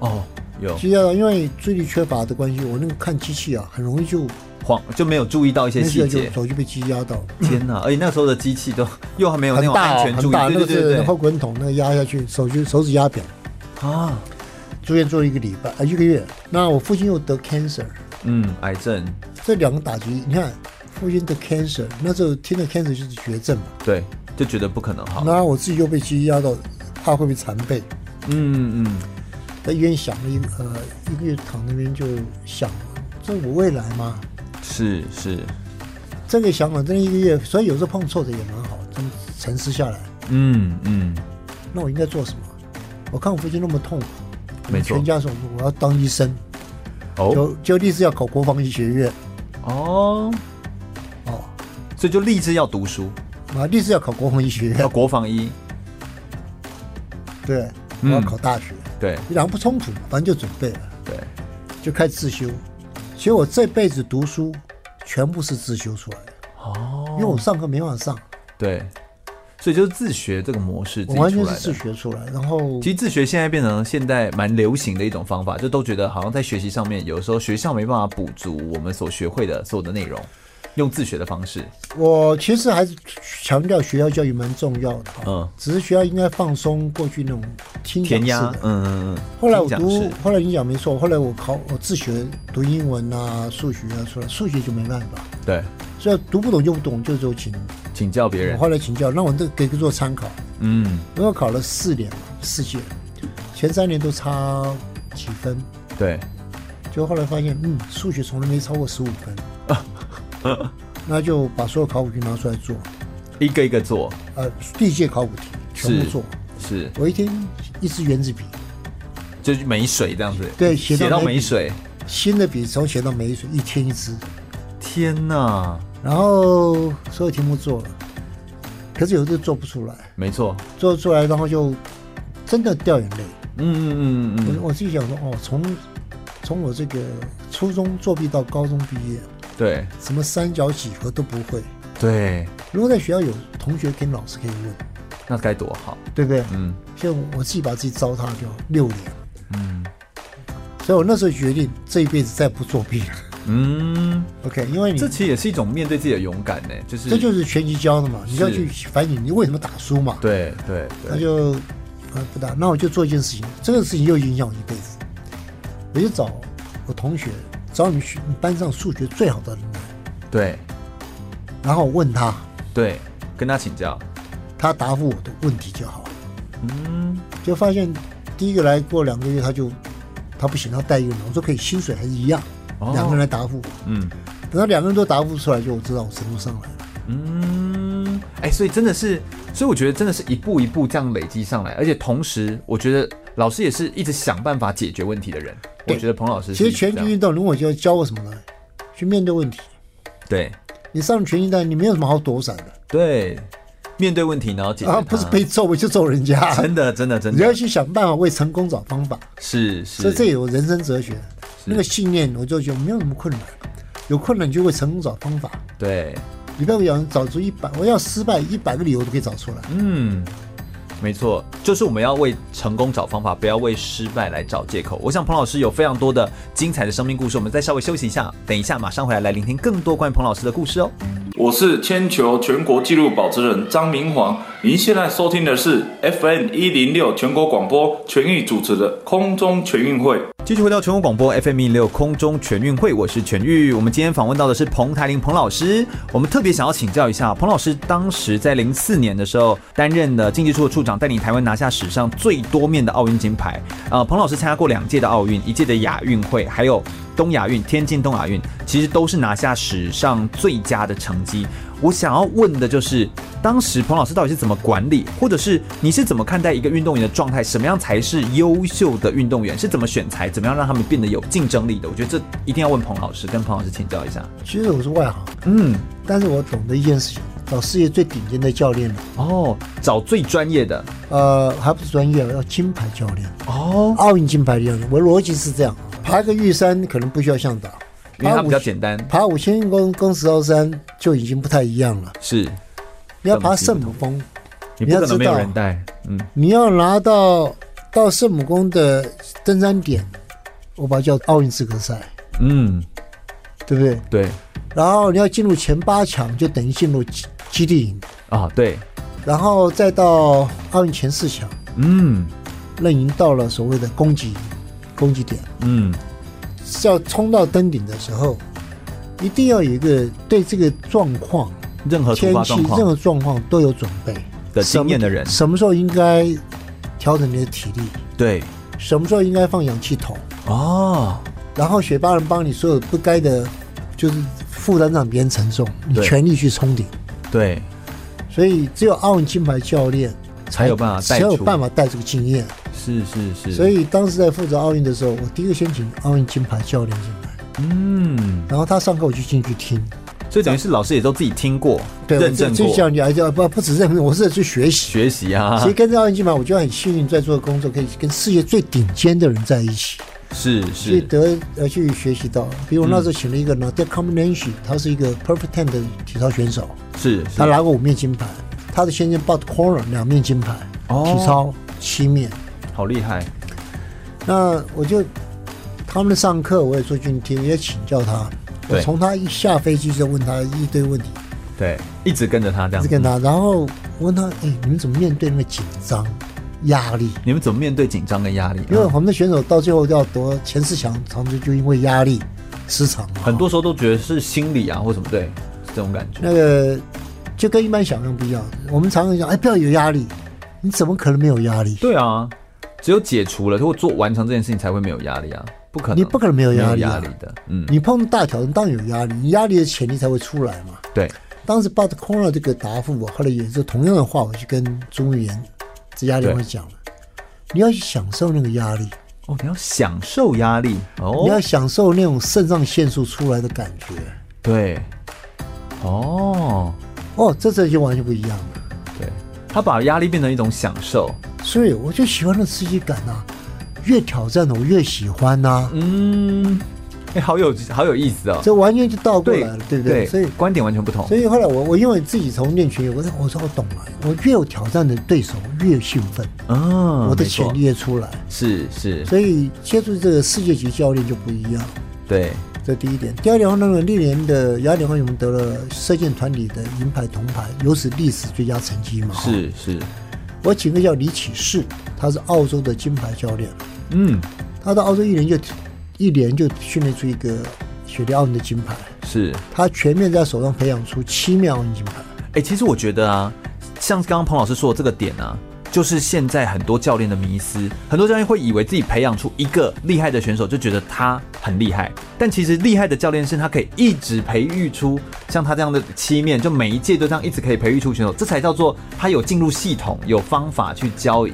[SPEAKER 1] 哦，有
[SPEAKER 2] 机器压到，因为注意力缺乏的关系，我那个看机器啊，很容易就
[SPEAKER 1] 晃就没有注意到一些
[SPEAKER 2] 那时
[SPEAKER 1] 细
[SPEAKER 2] 候就
[SPEAKER 1] 节，
[SPEAKER 2] 手就被机器压到，
[SPEAKER 1] 天哪，而且那时候的机器都又还没有那
[SPEAKER 2] 很
[SPEAKER 1] 种
[SPEAKER 2] 大
[SPEAKER 1] 安
[SPEAKER 2] 哦
[SPEAKER 1] 全注
[SPEAKER 2] 很
[SPEAKER 1] 意，
[SPEAKER 2] 大，
[SPEAKER 1] 对
[SPEAKER 2] 那
[SPEAKER 1] 对
[SPEAKER 2] 个
[SPEAKER 1] 对对
[SPEAKER 2] 是后
[SPEAKER 1] 对，
[SPEAKER 2] 滚筒那个压下去，手就手指压扁，
[SPEAKER 1] 啊，
[SPEAKER 2] 住院做了一个礼拜啊、一个月。那我父亲又得 cancer，
[SPEAKER 1] 嗯，癌症，
[SPEAKER 2] 这两个打击，你看，父亲的 cancer，那时候听到 cancer 就是绝症嘛。
[SPEAKER 1] 对，就觉得不可能好，
[SPEAKER 2] 那我自己又被积压到，怕会被残废，
[SPEAKER 1] 嗯嗯，
[SPEAKER 2] 在医院想了一个呃一个月躺那边就想，这我未来吗？
[SPEAKER 1] 是是，
[SPEAKER 2] 这个想法真的一个月，所以有时候碰挫的也蛮好，这么沉思下来，
[SPEAKER 1] 嗯嗯。
[SPEAKER 2] 那我应该做什么？我看我父亲那么痛苦，我
[SPEAKER 1] 没
[SPEAKER 2] 们
[SPEAKER 1] 错
[SPEAKER 2] 全家说我要当医生，
[SPEAKER 1] 哦
[SPEAKER 2] 就就立志要考国防医学院
[SPEAKER 1] 哦，
[SPEAKER 2] 哦，
[SPEAKER 1] 所以就立志要读书，
[SPEAKER 2] 啊，立志要考国防医学
[SPEAKER 1] 要
[SPEAKER 2] 院，
[SPEAKER 1] 国防医，
[SPEAKER 2] 对，我
[SPEAKER 1] 嗯
[SPEAKER 2] 要考大学，
[SPEAKER 1] 对
[SPEAKER 2] 两个不冲突嘛，反正就准备了。
[SPEAKER 1] 对，
[SPEAKER 2] 就开始自修。其实我这辈子读书全部是自修出来的，因为
[SPEAKER 1] 哦，
[SPEAKER 2] 我上课没办法上，
[SPEAKER 1] 对，所以就是自学这个模式自
[SPEAKER 2] 我
[SPEAKER 1] 己
[SPEAKER 2] 完全
[SPEAKER 1] 出
[SPEAKER 2] 是
[SPEAKER 1] 来
[SPEAKER 2] 自
[SPEAKER 1] 的。
[SPEAKER 2] 学出来。然后
[SPEAKER 1] 其实自学现在变成现在蛮流行的一种方法，就都觉得好像在学习上面，有时候学校没办法补足我们所学会的所有的内容，用自学的方式。
[SPEAKER 2] 我其实还是强调学校教育蛮重要的，
[SPEAKER 1] 嗯，
[SPEAKER 2] 只是学校应该放松过去那种听讲
[SPEAKER 1] 填鸭
[SPEAKER 2] 式，
[SPEAKER 1] 嗯
[SPEAKER 2] 的。
[SPEAKER 1] 嗯嗯。
[SPEAKER 2] 后来我
[SPEAKER 1] 听讲
[SPEAKER 2] 读
[SPEAKER 1] 是，
[SPEAKER 2] 后来你讲没错，后来我考我自学读英文啊、数学啊出来，数学就没办法，
[SPEAKER 1] 对，
[SPEAKER 2] 所以读不懂就不懂，就就请
[SPEAKER 1] 请教别
[SPEAKER 2] 我
[SPEAKER 1] 人。
[SPEAKER 2] 后来请教，让我这给个做参考。
[SPEAKER 1] 嗯，
[SPEAKER 2] 因为我考了四年嘛，四届，前三年都差几分，
[SPEAKER 1] 对，
[SPEAKER 2] 就后来发现，嗯，数学从来没超过十五分， 那就把所有考古题拿出来做，
[SPEAKER 1] 一个一个做，
[SPEAKER 2] 呃，第一届考古题全部
[SPEAKER 1] 是
[SPEAKER 2] 做。
[SPEAKER 1] 是，
[SPEAKER 2] 我一天一支圆子笔，
[SPEAKER 1] 就是没水这样子。
[SPEAKER 2] 对写到
[SPEAKER 1] 写到
[SPEAKER 2] 没
[SPEAKER 1] 没
[SPEAKER 2] 笔
[SPEAKER 1] 水，
[SPEAKER 2] 新的笔从写到每一水，一天一支，
[SPEAKER 1] 天哪！
[SPEAKER 2] 然后所有题目做了，可是有的做不出来，
[SPEAKER 1] 没错，
[SPEAKER 2] 做出来然后就真的掉眼泪。
[SPEAKER 1] 嗯嗯嗯嗯嗯，
[SPEAKER 2] 我我自己想说，哦，从从我这个初中作弊到高中毕业，
[SPEAKER 1] 对
[SPEAKER 2] 什么三角几何都不会。
[SPEAKER 1] 对，
[SPEAKER 2] 如果在学校有同学跟老师可以问，
[SPEAKER 1] 那该多好，
[SPEAKER 2] 对不对？
[SPEAKER 1] 嗯
[SPEAKER 2] 像我自己把自己糟蹋掉六年，
[SPEAKER 1] 嗯
[SPEAKER 2] 所以我那时候决定这一辈子再不作弊了。
[SPEAKER 1] 嗯，
[SPEAKER 2] OK，因为你
[SPEAKER 1] 这其实也是一种面对自己的勇敢呢，就是
[SPEAKER 2] 这就是拳击教的嘛，你要
[SPEAKER 1] 是
[SPEAKER 2] 去反省你为什么打输嘛。
[SPEAKER 1] 对对
[SPEAKER 2] 那
[SPEAKER 1] 对，
[SPEAKER 2] 就呃不打，那我就做一件事情，这个事情又影响我一辈子。我就找我同学，找你们学你班上数学最好的人来，
[SPEAKER 1] 对
[SPEAKER 2] 然后我问他，
[SPEAKER 1] 对，跟他请教，
[SPEAKER 2] 他答复我的问题就好了。
[SPEAKER 1] 嗯，
[SPEAKER 2] 就发现第一个来过两个月，他就他不行，他带一个人，我说可以，薪水还是一样，
[SPEAKER 1] 哦
[SPEAKER 2] 两个人来答复我。
[SPEAKER 1] 嗯
[SPEAKER 2] 等到两个人都答复出来，就我知道我程度上来了。
[SPEAKER 1] 嗯，哎，所以真的是，所以我觉得真的是一步一步这样累积上来，而且同时，我觉得老师也是一直想办法解决问题的人，我
[SPEAKER 2] 对
[SPEAKER 1] 觉得彭老师
[SPEAKER 2] 其
[SPEAKER 1] 是
[SPEAKER 2] 实拳
[SPEAKER 1] 这
[SPEAKER 2] 击
[SPEAKER 1] 样
[SPEAKER 2] 运动，如果就教我什么呢？去面对问题。
[SPEAKER 1] 对
[SPEAKER 2] 你上拳击带，你没有什么好躲闪的
[SPEAKER 1] 对，面对问题然后解决
[SPEAKER 2] 啊，
[SPEAKER 1] 它，
[SPEAKER 2] 不是被揍我就揍人家，
[SPEAKER 1] 真的真的真
[SPEAKER 2] 你要
[SPEAKER 1] 的，
[SPEAKER 2] 去想办法为成功找方法。
[SPEAKER 1] 是是，
[SPEAKER 2] 所以这也有人生哲学，那个信念我就觉得没有什么困难，有困难你就会成功找方法。
[SPEAKER 1] 对，
[SPEAKER 2] 礼拜五有人找出一百，我要失败一百个理由都可以找出来。
[SPEAKER 1] 嗯，没错，就是我们要为成功找方法，不要为失败来找借口。我想彭老师有非常多的精彩的生命故事，我们再稍微休息一下，等一下马上回来来聆听更多关于彭老师的故事哦。
[SPEAKER 4] 我是铅球全国纪录保持人张明煌，您现在收听的是 FM 一零六全国广播全域主持的空中全运会。
[SPEAKER 1] 继续回到全国广播 FM 一六空中全运会，我是全玉。我们今天访问到的是彭台林彭老师，我们特别想要请教一下彭老师，当时在零四年的时候担任的经济处的处长，带领台湾拿下史上最多面的奥运金牌。呃，彭老师参加过两届的奥运，一届的亚运会，还有东亚运、天津东亚运，其实都是拿下史上最佳的成绩。我想要问的就是，当时彭老师到底是怎么管理，或者是你是怎么看待一个运动员的状态？什么样才是优秀的运动员？是怎么选材？怎么样让他们变得有竞争力的？我觉得这一定要问彭老师，跟彭老师请教一下。
[SPEAKER 2] 其实我是外行，
[SPEAKER 1] 嗯，
[SPEAKER 2] 但是我懂得一件事情，找世界最顶尖的教练，
[SPEAKER 1] 哦，找最专业的
[SPEAKER 2] 呃，还不是专业，要金牌教练，
[SPEAKER 1] 哦，
[SPEAKER 2] 奥运金牌教练。我的逻辑是这样：爬个玉山可能不需要向导，
[SPEAKER 1] 因为
[SPEAKER 2] 爬
[SPEAKER 1] 他比较
[SPEAKER 2] 五
[SPEAKER 1] 简单，
[SPEAKER 2] 爬五千公跟十号山就已经不太一样了。
[SPEAKER 1] 是
[SPEAKER 2] 你要爬圣母峰，
[SPEAKER 1] 你
[SPEAKER 2] 你
[SPEAKER 1] 不
[SPEAKER 2] 要
[SPEAKER 1] 可能
[SPEAKER 2] 知
[SPEAKER 1] 没有
[SPEAKER 2] 道
[SPEAKER 1] 人带，嗯，
[SPEAKER 2] 你要拿到到圣母宫的登山点，我把它叫奥运资格赛，
[SPEAKER 1] 嗯，
[SPEAKER 2] 对不对？
[SPEAKER 1] 对
[SPEAKER 2] 然后你要进入前八强，就等于进入基基地营，
[SPEAKER 1] 啊，对，
[SPEAKER 2] 然后再到奥运前四强，
[SPEAKER 1] 嗯
[SPEAKER 2] 那已经到了所谓的攻击攻击点，
[SPEAKER 1] 嗯，
[SPEAKER 2] 是要冲到登顶的时候，一定要有一个对这个状况、
[SPEAKER 1] 任何突
[SPEAKER 2] 天
[SPEAKER 1] 发
[SPEAKER 2] 气
[SPEAKER 1] 状、
[SPEAKER 2] 任
[SPEAKER 1] 况
[SPEAKER 2] 何状况都有准备。
[SPEAKER 1] 的经验的人，
[SPEAKER 2] 什么时候应该调整你的体力，
[SPEAKER 1] 对，
[SPEAKER 2] 什么时候应该放氧气筒，
[SPEAKER 1] 哦，
[SPEAKER 2] 然后雪巴人帮你所有不该的，就是负担让别人承受，你
[SPEAKER 1] 对
[SPEAKER 2] 全力去冲顶。
[SPEAKER 1] 对，
[SPEAKER 2] 所以只有奥运金牌教练
[SPEAKER 1] 才有办法带
[SPEAKER 2] 才有
[SPEAKER 1] 出，
[SPEAKER 2] 办法带这个经验。
[SPEAKER 1] 是是是，
[SPEAKER 2] 所以当时在负责奥运的时候，我第一个先请奥运金牌教练进来，
[SPEAKER 1] 嗯，
[SPEAKER 2] 然后他上课我就进去听，
[SPEAKER 1] 所以等于是老师也都自己听过、
[SPEAKER 2] 对，
[SPEAKER 1] 认证
[SPEAKER 2] 就
[SPEAKER 1] 过、
[SPEAKER 2] 像你还叫不不止认证，我是在去学习。
[SPEAKER 1] 学习啊
[SPEAKER 2] 所，以跟着奥运金牌，我觉得很幸运，在做的工作可以跟世界最顶尖的人在一起。
[SPEAKER 1] 是嗯
[SPEAKER 2] 去
[SPEAKER 1] 是，
[SPEAKER 2] 得呃去学习到。比如我那时候请了一个 n a d e l c o m b i n a t i o n 他是一个 Perfect Ten 的体操选手，
[SPEAKER 1] 是
[SPEAKER 2] 他
[SPEAKER 1] 是，
[SPEAKER 2] 拿过五面金牌，他的先生 Bob Corner 两面金牌，
[SPEAKER 1] 哦
[SPEAKER 2] 体操七面。
[SPEAKER 1] 好厉害，
[SPEAKER 2] 那我就他们的上课我也做去听，也请教他。我
[SPEAKER 1] 对
[SPEAKER 2] 从他一下飞机就问他一堆问题，
[SPEAKER 1] 对，一直跟着他这
[SPEAKER 2] 一
[SPEAKER 1] 样
[SPEAKER 2] 直
[SPEAKER 1] 子，
[SPEAKER 2] 跟他，然后我问他，哎，你们怎么面对那么紧张、压力？
[SPEAKER 1] 你们怎么面对紧张跟压力？
[SPEAKER 2] 因为
[SPEAKER 1] 嗯
[SPEAKER 2] 我们的选手到最后要夺前四强，常常就因为压力失常嘛。
[SPEAKER 1] 很多时候都觉得是心理啊或什么，对，是这种感觉，
[SPEAKER 2] 那个就跟一般想象不一样。我们常常讲，哎，不要有压力，你怎么可能没有压力？
[SPEAKER 1] 对啊，只有解除了，如果做完成这件事情才会没有压力啊，不可能，
[SPEAKER 2] 你不可能没有
[SPEAKER 1] 没
[SPEAKER 2] 压
[SPEAKER 1] 有
[SPEAKER 2] 力、啊，
[SPEAKER 1] 压力的，嗯，
[SPEAKER 2] 你碰到大挑战当然有压力，你压力的潜力才会出来嘛。
[SPEAKER 1] 对，
[SPEAKER 2] 当时 Bud Corner 这个答复，我后来也是同样的话，我去跟钟议员、这压力
[SPEAKER 1] 对
[SPEAKER 2] 会讲了，你要去享受那个压力，
[SPEAKER 1] 哦，你要享受压力，
[SPEAKER 2] 你要
[SPEAKER 1] 哦，
[SPEAKER 2] 享受那种肾上腺素出来的感觉。
[SPEAKER 1] 对，哦，
[SPEAKER 2] 哦，这这就完全不一样了。
[SPEAKER 1] 对，他把压力变成一种享受，
[SPEAKER 2] 所以我就喜欢那刺激感呐、越挑战的我越喜欢呐、
[SPEAKER 1] 嗯，哎、好有好有意思哦。
[SPEAKER 2] 这完全就倒过来了，对不对？
[SPEAKER 1] 对，
[SPEAKER 2] 所以
[SPEAKER 1] 观点完全不同。
[SPEAKER 2] 所以后来我我因为自己从练拳，我说我说我懂了，我越有挑战的对手越兴奋，
[SPEAKER 1] 嗯，
[SPEAKER 2] 我的
[SPEAKER 1] 没错
[SPEAKER 2] 潜力也出来。
[SPEAKER 1] 是是，
[SPEAKER 2] 所以接触这个世界级教练就不一样，
[SPEAKER 1] 对，
[SPEAKER 2] 这第一点。第二点，那个历年的雅典奥运我们得了射箭团体的银牌、铜牌，有史历史最佳成绩嘛。哈。
[SPEAKER 1] 是是，
[SPEAKER 2] 我请个叫李启士，他是澳洲的金牌教练，
[SPEAKER 1] 嗯，
[SPEAKER 2] 他到澳洲一年就一年就训练出一个雪地奥运的金牌，
[SPEAKER 1] 是。
[SPEAKER 2] 他全面在手上培养出七面奥运金牌。
[SPEAKER 1] 哎、其实我觉得啊，像刚刚彭老师说的这个点啊，就是现在很多教练的迷思，很多教练会以为自己培养出一个厉害的选手，就觉得他很厉害，但其实厉害的教练是他可以一直培育出像他这样的七面，就每一届都这样一直可以培育出选手，这才叫做他有进入系统，有方法去教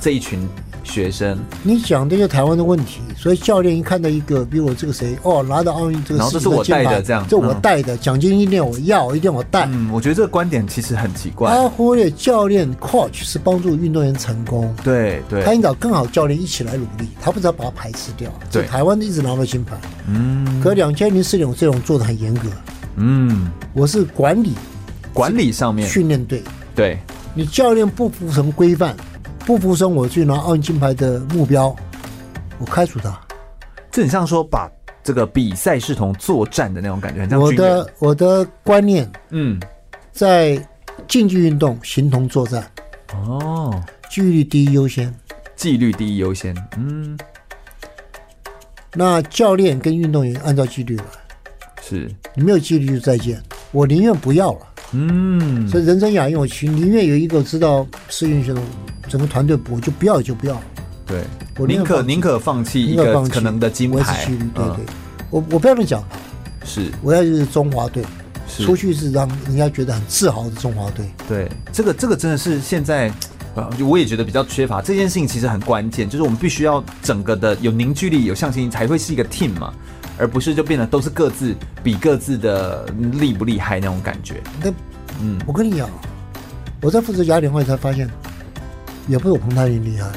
[SPEAKER 1] 这一群学生，
[SPEAKER 2] 你讲这就台湾的问题，所以教练一看到一个，比如我这个谁，哦，拿到奥运这个
[SPEAKER 1] 然后
[SPEAKER 2] 世
[SPEAKER 1] 这
[SPEAKER 2] 界
[SPEAKER 1] 是我
[SPEAKER 2] 金牌
[SPEAKER 1] 带的这样
[SPEAKER 2] 这我
[SPEAKER 1] 嗯
[SPEAKER 2] 带的，奖金一定要我要，一定要我带。
[SPEAKER 1] 嗯，我觉得这个观点其实很奇怪。
[SPEAKER 2] 他忽略教练 coach 是帮助运动员成功，
[SPEAKER 1] 对对，
[SPEAKER 2] 他应找更好教练一起来努力，他不知道把他排斥掉。
[SPEAKER 1] 对
[SPEAKER 2] 这台湾一直拿不到金牌，
[SPEAKER 1] 嗯，
[SPEAKER 2] 可两千零四年我这种做的很严格，
[SPEAKER 1] 嗯，
[SPEAKER 2] 我是管理
[SPEAKER 1] 管理上面
[SPEAKER 2] 训练队。
[SPEAKER 1] 对，
[SPEAKER 2] 你教练不服从规范，不服从我去拿奥运金牌的目标，我开除他。
[SPEAKER 1] 这很像说把这个比赛视同作战的那种感觉，很像
[SPEAKER 2] 我
[SPEAKER 1] 军人。
[SPEAKER 2] 的我的观念
[SPEAKER 1] 嗯，
[SPEAKER 2] 在竞技运动形同作战，
[SPEAKER 1] 哦，
[SPEAKER 2] 纪律第一优先。
[SPEAKER 1] 纪律第一优先。嗯，
[SPEAKER 2] 那教练跟运动员按照纪律来，
[SPEAKER 1] 是，
[SPEAKER 2] 你没有纪律就再见。我宁愿不要了。
[SPEAKER 1] 嗯，
[SPEAKER 2] 所以人生养育我其实宁愿有一个知道适应性的整个团队，我就不要就不要，
[SPEAKER 1] 对，
[SPEAKER 2] 我宁
[SPEAKER 1] 宁
[SPEAKER 2] 愿
[SPEAKER 1] 可
[SPEAKER 2] 放弃
[SPEAKER 1] 宁可放弃一
[SPEAKER 2] 宁可
[SPEAKER 1] 个
[SPEAKER 2] 放弃
[SPEAKER 1] 可能的金
[SPEAKER 2] 维
[SPEAKER 1] 牌
[SPEAKER 2] 持纪律。。对对
[SPEAKER 1] 嗯，，
[SPEAKER 2] 我我不要你讲，
[SPEAKER 1] 是
[SPEAKER 2] 我要就是中华队，
[SPEAKER 1] 是，
[SPEAKER 2] 出去是让人家觉得很自豪的中华队。
[SPEAKER 1] 对，这个这个真的是现在。呃我也觉得比较缺乏这件事情，其实很关键，就是我们必须要整个的有凝聚力、有向心力，才会是一个 team 嘛，而不是就变得都是各自比各自的厉不厉害那种感觉。
[SPEAKER 2] 那
[SPEAKER 1] 嗯，
[SPEAKER 2] 我跟你讲，我在负责雅典会才发现，也不是我彭泰林厉害，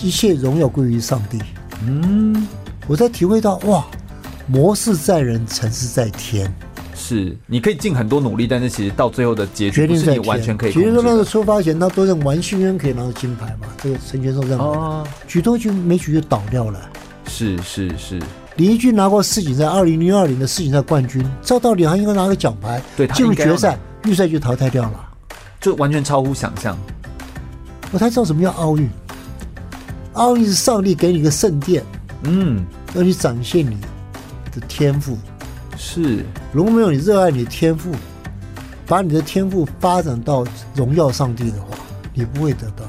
[SPEAKER 2] 一切荣耀归于上帝。
[SPEAKER 1] 嗯，
[SPEAKER 2] 我才体会到哇，谋事在人，成事在天，
[SPEAKER 1] 是，你可以尽很多努力，但是其实到最后的结局
[SPEAKER 2] 决
[SPEAKER 1] 不
[SPEAKER 2] 定
[SPEAKER 1] 是
[SPEAKER 2] 在
[SPEAKER 1] 你
[SPEAKER 2] 天。
[SPEAKER 1] 完全可以
[SPEAKER 2] 比
[SPEAKER 1] 控
[SPEAKER 2] 如说那个
[SPEAKER 1] 制的。
[SPEAKER 2] 出发前，他都认玩幸运可以拿到金牌嘛，这个陈全寿认为，
[SPEAKER 1] 哦，
[SPEAKER 2] 举多局没举就倒掉了。
[SPEAKER 1] 是是是，
[SPEAKER 2] 李一军拿过世锦赛，二零零二年的世锦赛冠军，照道理他应该拿个奖牌，
[SPEAKER 1] 对他
[SPEAKER 2] 进入
[SPEAKER 1] 应该要
[SPEAKER 2] 决赛，预赛就淘汰掉了。
[SPEAKER 1] 就完全超乎想象。
[SPEAKER 2] 我才知道什么叫奥运。奥运是上帝给你一个圣殿，
[SPEAKER 1] 嗯，
[SPEAKER 2] 让你展现你的天赋。
[SPEAKER 1] 是，
[SPEAKER 2] 如果没有你热爱你的天赋，把你的天赋发展到荣耀上帝的话，你不会得到。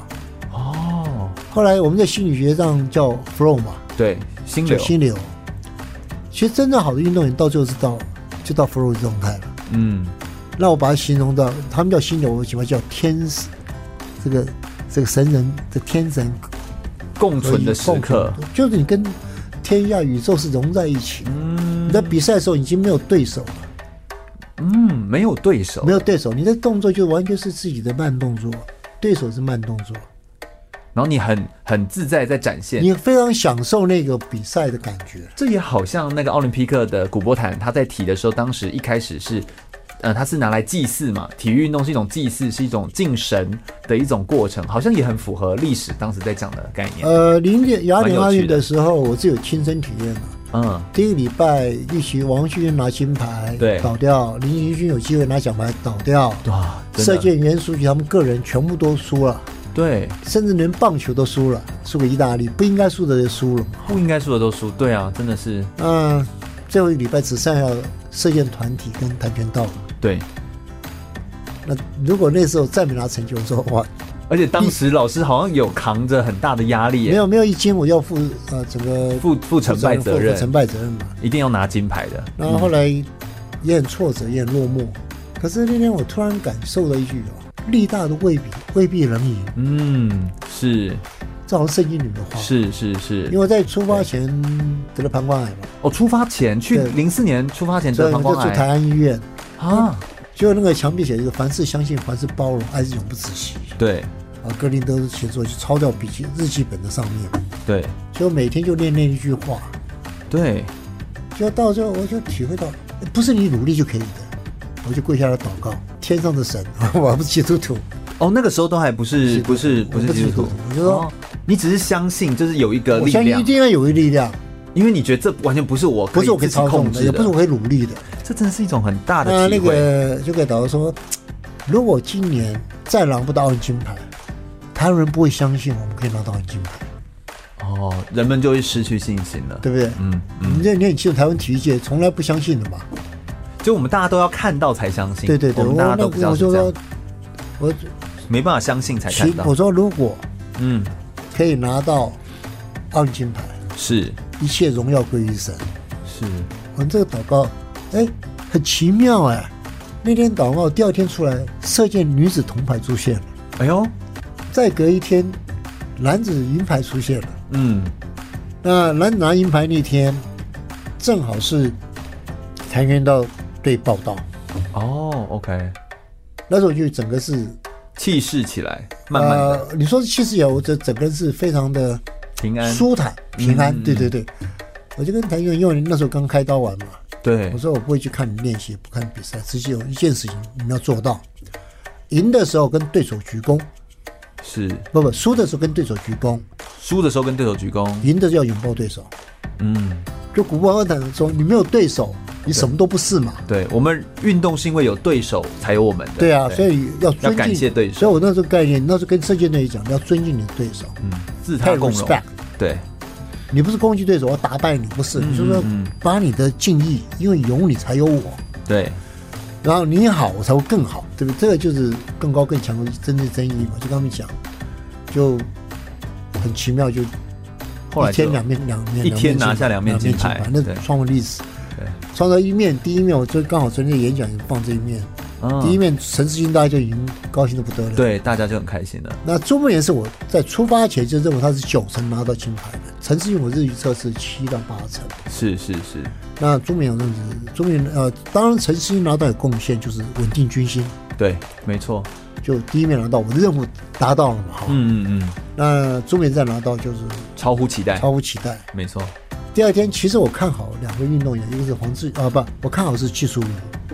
[SPEAKER 1] 哦，
[SPEAKER 2] 后来我们在心理学上叫 flow 嘛，
[SPEAKER 1] 对，哦心
[SPEAKER 2] 叫
[SPEAKER 1] 流，
[SPEAKER 2] 心流。其实真正好的运动员到最后是到就到 flow 的状态了。
[SPEAKER 1] 嗯，
[SPEAKER 2] 那我把它形容到，他们叫心流，我喜欢叫天使，这个这个神人的天神
[SPEAKER 1] 共存的时
[SPEAKER 2] 共
[SPEAKER 1] 刻，
[SPEAKER 2] 存就是你跟天下宇宙是融在一起。
[SPEAKER 1] 嗯哦
[SPEAKER 2] 你在比赛的时候已经没有对手了，
[SPEAKER 1] 嗯，没有对手，
[SPEAKER 2] 没有对手，你的动作就完全是自己的慢动作，对手是慢动作，
[SPEAKER 1] 然后你很很自在在展现。
[SPEAKER 2] 你非常享受那个比赛的感觉。
[SPEAKER 1] 这也好像那个奥林匹克的古波坦，他在提的时候，当时一开始是，呃，他是拿来祭祀嘛，体育运动是一种祭祀，是一种敬神的一种过程，好像也很符合历史当时在讲的概念。
[SPEAKER 2] 呃，零点雅典奥
[SPEAKER 1] 蛮有
[SPEAKER 2] 运
[SPEAKER 1] 趣的
[SPEAKER 2] 的时候，我是有亲身体验的。
[SPEAKER 1] 嗯，
[SPEAKER 2] 第一个礼拜，预期王旭拿金牌，
[SPEAKER 1] 对
[SPEAKER 2] 倒掉；林行勋有机会拿奖牌，倒掉。
[SPEAKER 1] 哇，真
[SPEAKER 2] 射
[SPEAKER 1] 的，
[SPEAKER 2] 箭、袁书记他们个人全部都输了，
[SPEAKER 1] 对，
[SPEAKER 2] 甚至连棒球都输了，输给意大利，不应该输的就输了嘛。
[SPEAKER 1] 不应该输的都输，对啊，真的是，
[SPEAKER 2] 那最后一个礼拜只剩下射箭团体跟跆拳道了。
[SPEAKER 1] 对，
[SPEAKER 2] 那如果那时候再没拿成就，我说哇，
[SPEAKER 1] 而且当时老师好像有扛着很大的压力耶，
[SPEAKER 2] 没有没有一金，我要负呃整个
[SPEAKER 1] 负负成败责
[SPEAKER 2] 负
[SPEAKER 1] 任
[SPEAKER 2] 负，成败责任嘛。
[SPEAKER 1] 一定要拿金牌的，
[SPEAKER 2] 然后后来也很挫折，也很落寞。可是那天我突然感受了一句哦，力大的未必未必能赢，
[SPEAKER 1] 嗯，是
[SPEAKER 2] 这好像圣经里的话。，
[SPEAKER 1] 是是是
[SPEAKER 2] 哦因为，我在出发前得了膀胱癌嘛，
[SPEAKER 1] 哦，出发前去
[SPEAKER 2] 对
[SPEAKER 1] 零四年出发前
[SPEAKER 2] 所
[SPEAKER 1] 得
[SPEAKER 2] 以我
[SPEAKER 1] 膀
[SPEAKER 2] 们就嗯
[SPEAKER 1] 胱
[SPEAKER 2] 住台
[SPEAKER 1] 癌
[SPEAKER 2] 安医院。
[SPEAKER 1] 啊，
[SPEAKER 2] 结果那个墙壁写一个“凡事相信，凡事包容，爱是永不止息
[SPEAKER 1] 对”。
[SPEAKER 2] 啊，格林德写作就抄掉笔记日记本的上面，
[SPEAKER 1] 对
[SPEAKER 2] 就每天就念那一句话。
[SPEAKER 1] 对，
[SPEAKER 2] 就到最后，我就体会到，不是你努力就可以的。我就跪下来祷告，天上的神， 我不是基督徒，
[SPEAKER 1] 哦，那个时候都还不是
[SPEAKER 2] 是
[SPEAKER 1] 不是不是
[SPEAKER 2] 我不是
[SPEAKER 1] 基督徒
[SPEAKER 2] 基督徒，我就说
[SPEAKER 1] 哦你只是相信，就是有一个
[SPEAKER 2] 我
[SPEAKER 1] 力
[SPEAKER 2] 相信
[SPEAKER 1] 量
[SPEAKER 2] 一，定要有一力量，
[SPEAKER 1] 因为你觉得这完全不是我
[SPEAKER 2] 不是我可
[SPEAKER 1] 自
[SPEAKER 2] 以
[SPEAKER 1] 己
[SPEAKER 2] 操
[SPEAKER 1] 控
[SPEAKER 2] 纵的，
[SPEAKER 1] 制
[SPEAKER 2] 也不是我可以努力的。
[SPEAKER 1] 这真的是一种很大
[SPEAKER 2] 那
[SPEAKER 1] 的体
[SPEAKER 2] 那
[SPEAKER 1] 会，
[SPEAKER 2] 个就给祷告说，如果今年再拿不到奥运金牌，台湾人不会相信我们可以拿到奥运金牌，
[SPEAKER 1] 哦，人们就会失去信心了。
[SPEAKER 2] 对不对？
[SPEAKER 1] 嗯嗯，
[SPEAKER 2] 你这你很清楚，台湾体育界从来不相信的嘛。
[SPEAKER 1] 就我们大家都要看到才相信，
[SPEAKER 2] 对对对，
[SPEAKER 1] 我
[SPEAKER 2] 我
[SPEAKER 1] 们大家都比
[SPEAKER 2] 那
[SPEAKER 1] 较
[SPEAKER 2] 我
[SPEAKER 1] 是这
[SPEAKER 2] 就
[SPEAKER 1] 样
[SPEAKER 2] 说，，我
[SPEAKER 1] 没办法相信才看
[SPEAKER 2] 其
[SPEAKER 1] 到
[SPEAKER 2] 我。说如果
[SPEAKER 1] 嗯，
[SPEAKER 2] 可以拿到奥运金牌，
[SPEAKER 1] 是
[SPEAKER 2] 一切荣耀归于神。
[SPEAKER 1] 是，
[SPEAKER 2] 我们这个祷告，哎，很奇妙哎。那天祷告，第二天出来，射箭女子铜牌出现了，
[SPEAKER 1] 哎呦，
[SPEAKER 2] 再隔一天，男子银牌出现了。
[SPEAKER 1] 嗯，
[SPEAKER 2] 那男子拿银牌那天，正好是跆拳道队报道，
[SPEAKER 1] 哦，OK，
[SPEAKER 2] 那时候就整个是
[SPEAKER 1] 气势起来，慢慢的
[SPEAKER 2] 呃，你说其实也，我这整个人是非常的
[SPEAKER 1] 平安，
[SPEAKER 2] 舒坦平安，
[SPEAKER 1] 嗯
[SPEAKER 2] 对对对。我就跟跆拳道，因为那时候刚开刀完嘛，
[SPEAKER 1] 对
[SPEAKER 2] 我，说我不会去看你练习，也不看比赛，只是有一件事情你们要做到：赢的时候跟对手鞠躬，
[SPEAKER 1] 是
[SPEAKER 2] 不不，输的时候跟对手鞠躬，
[SPEAKER 1] 输的时候跟对手鞠躬，
[SPEAKER 2] 赢的就要拥抱对手。
[SPEAKER 1] 嗯，
[SPEAKER 2] 就古巴论坛说，你没有对手，你什么都不是嘛。
[SPEAKER 1] 对，我们运动是因为有对手才有我们的，
[SPEAKER 2] 对啊，所以
[SPEAKER 1] 要
[SPEAKER 2] 要尊敬，
[SPEAKER 1] 感谢对
[SPEAKER 2] 所以
[SPEAKER 1] 手，
[SPEAKER 2] 我那时候概念，那时候跟射箭队讲，你要尊敬你的对手，
[SPEAKER 1] 嗯，自
[SPEAKER 2] 太
[SPEAKER 1] 他共荣
[SPEAKER 2] respect，。
[SPEAKER 1] 对，
[SPEAKER 2] 你不是攻击对手，我打败你，不是，你就是说
[SPEAKER 1] 嗯嗯
[SPEAKER 2] 把你的敬意，因为有你才有我，
[SPEAKER 1] 对，
[SPEAKER 2] 然后你好，我才会更好，对不对？这个就是更高更强的真正真意嘛，就跟他们讲，就很奇妙，就
[SPEAKER 1] 后来
[SPEAKER 2] 一天
[SPEAKER 1] 就
[SPEAKER 2] 两面两面
[SPEAKER 1] 一天拿下两面
[SPEAKER 2] 面
[SPEAKER 1] 金
[SPEAKER 2] 金
[SPEAKER 1] 牌
[SPEAKER 2] 那
[SPEAKER 1] 对
[SPEAKER 2] 创了历史
[SPEAKER 1] 对。
[SPEAKER 2] 创造一面，第一面我就刚好昨天的演讲也放这一面，
[SPEAKER 1] 嗯
[SPEAKER 2] 第一面陈世英大家就已经高兴的不得了。，
[SPEAKER 1] 对，大家就很开心了。
[SPEAKER 2] 那朱梦妍是我在出发前就认为他是九成拿到金牌的，陈世英我日预测是七到八成。
[SPEAKER 1] 是是是，
[SPEAKER 2] 那朱明有认识，朱明呃，当然陈世英拿到有贡献，就是稳定军心，
[SPEAKER 1] 对，没错。
[SPEAKER 2] 就第一面拿到，我的任务达到了嘛，好。
[SPEAKER 1] 嗯嗯嗯，
[SPEAKER 2] 那朱明再拿到就是
[SPEAKER 1] 超乎期待，
[SPEAKER 2] 超乎期待。
[SPEAKER 1] 没错。
[SPEAKER 2] 第二天，其实我看好两位运动员，一个是黄志啊，不，我看好是技术员。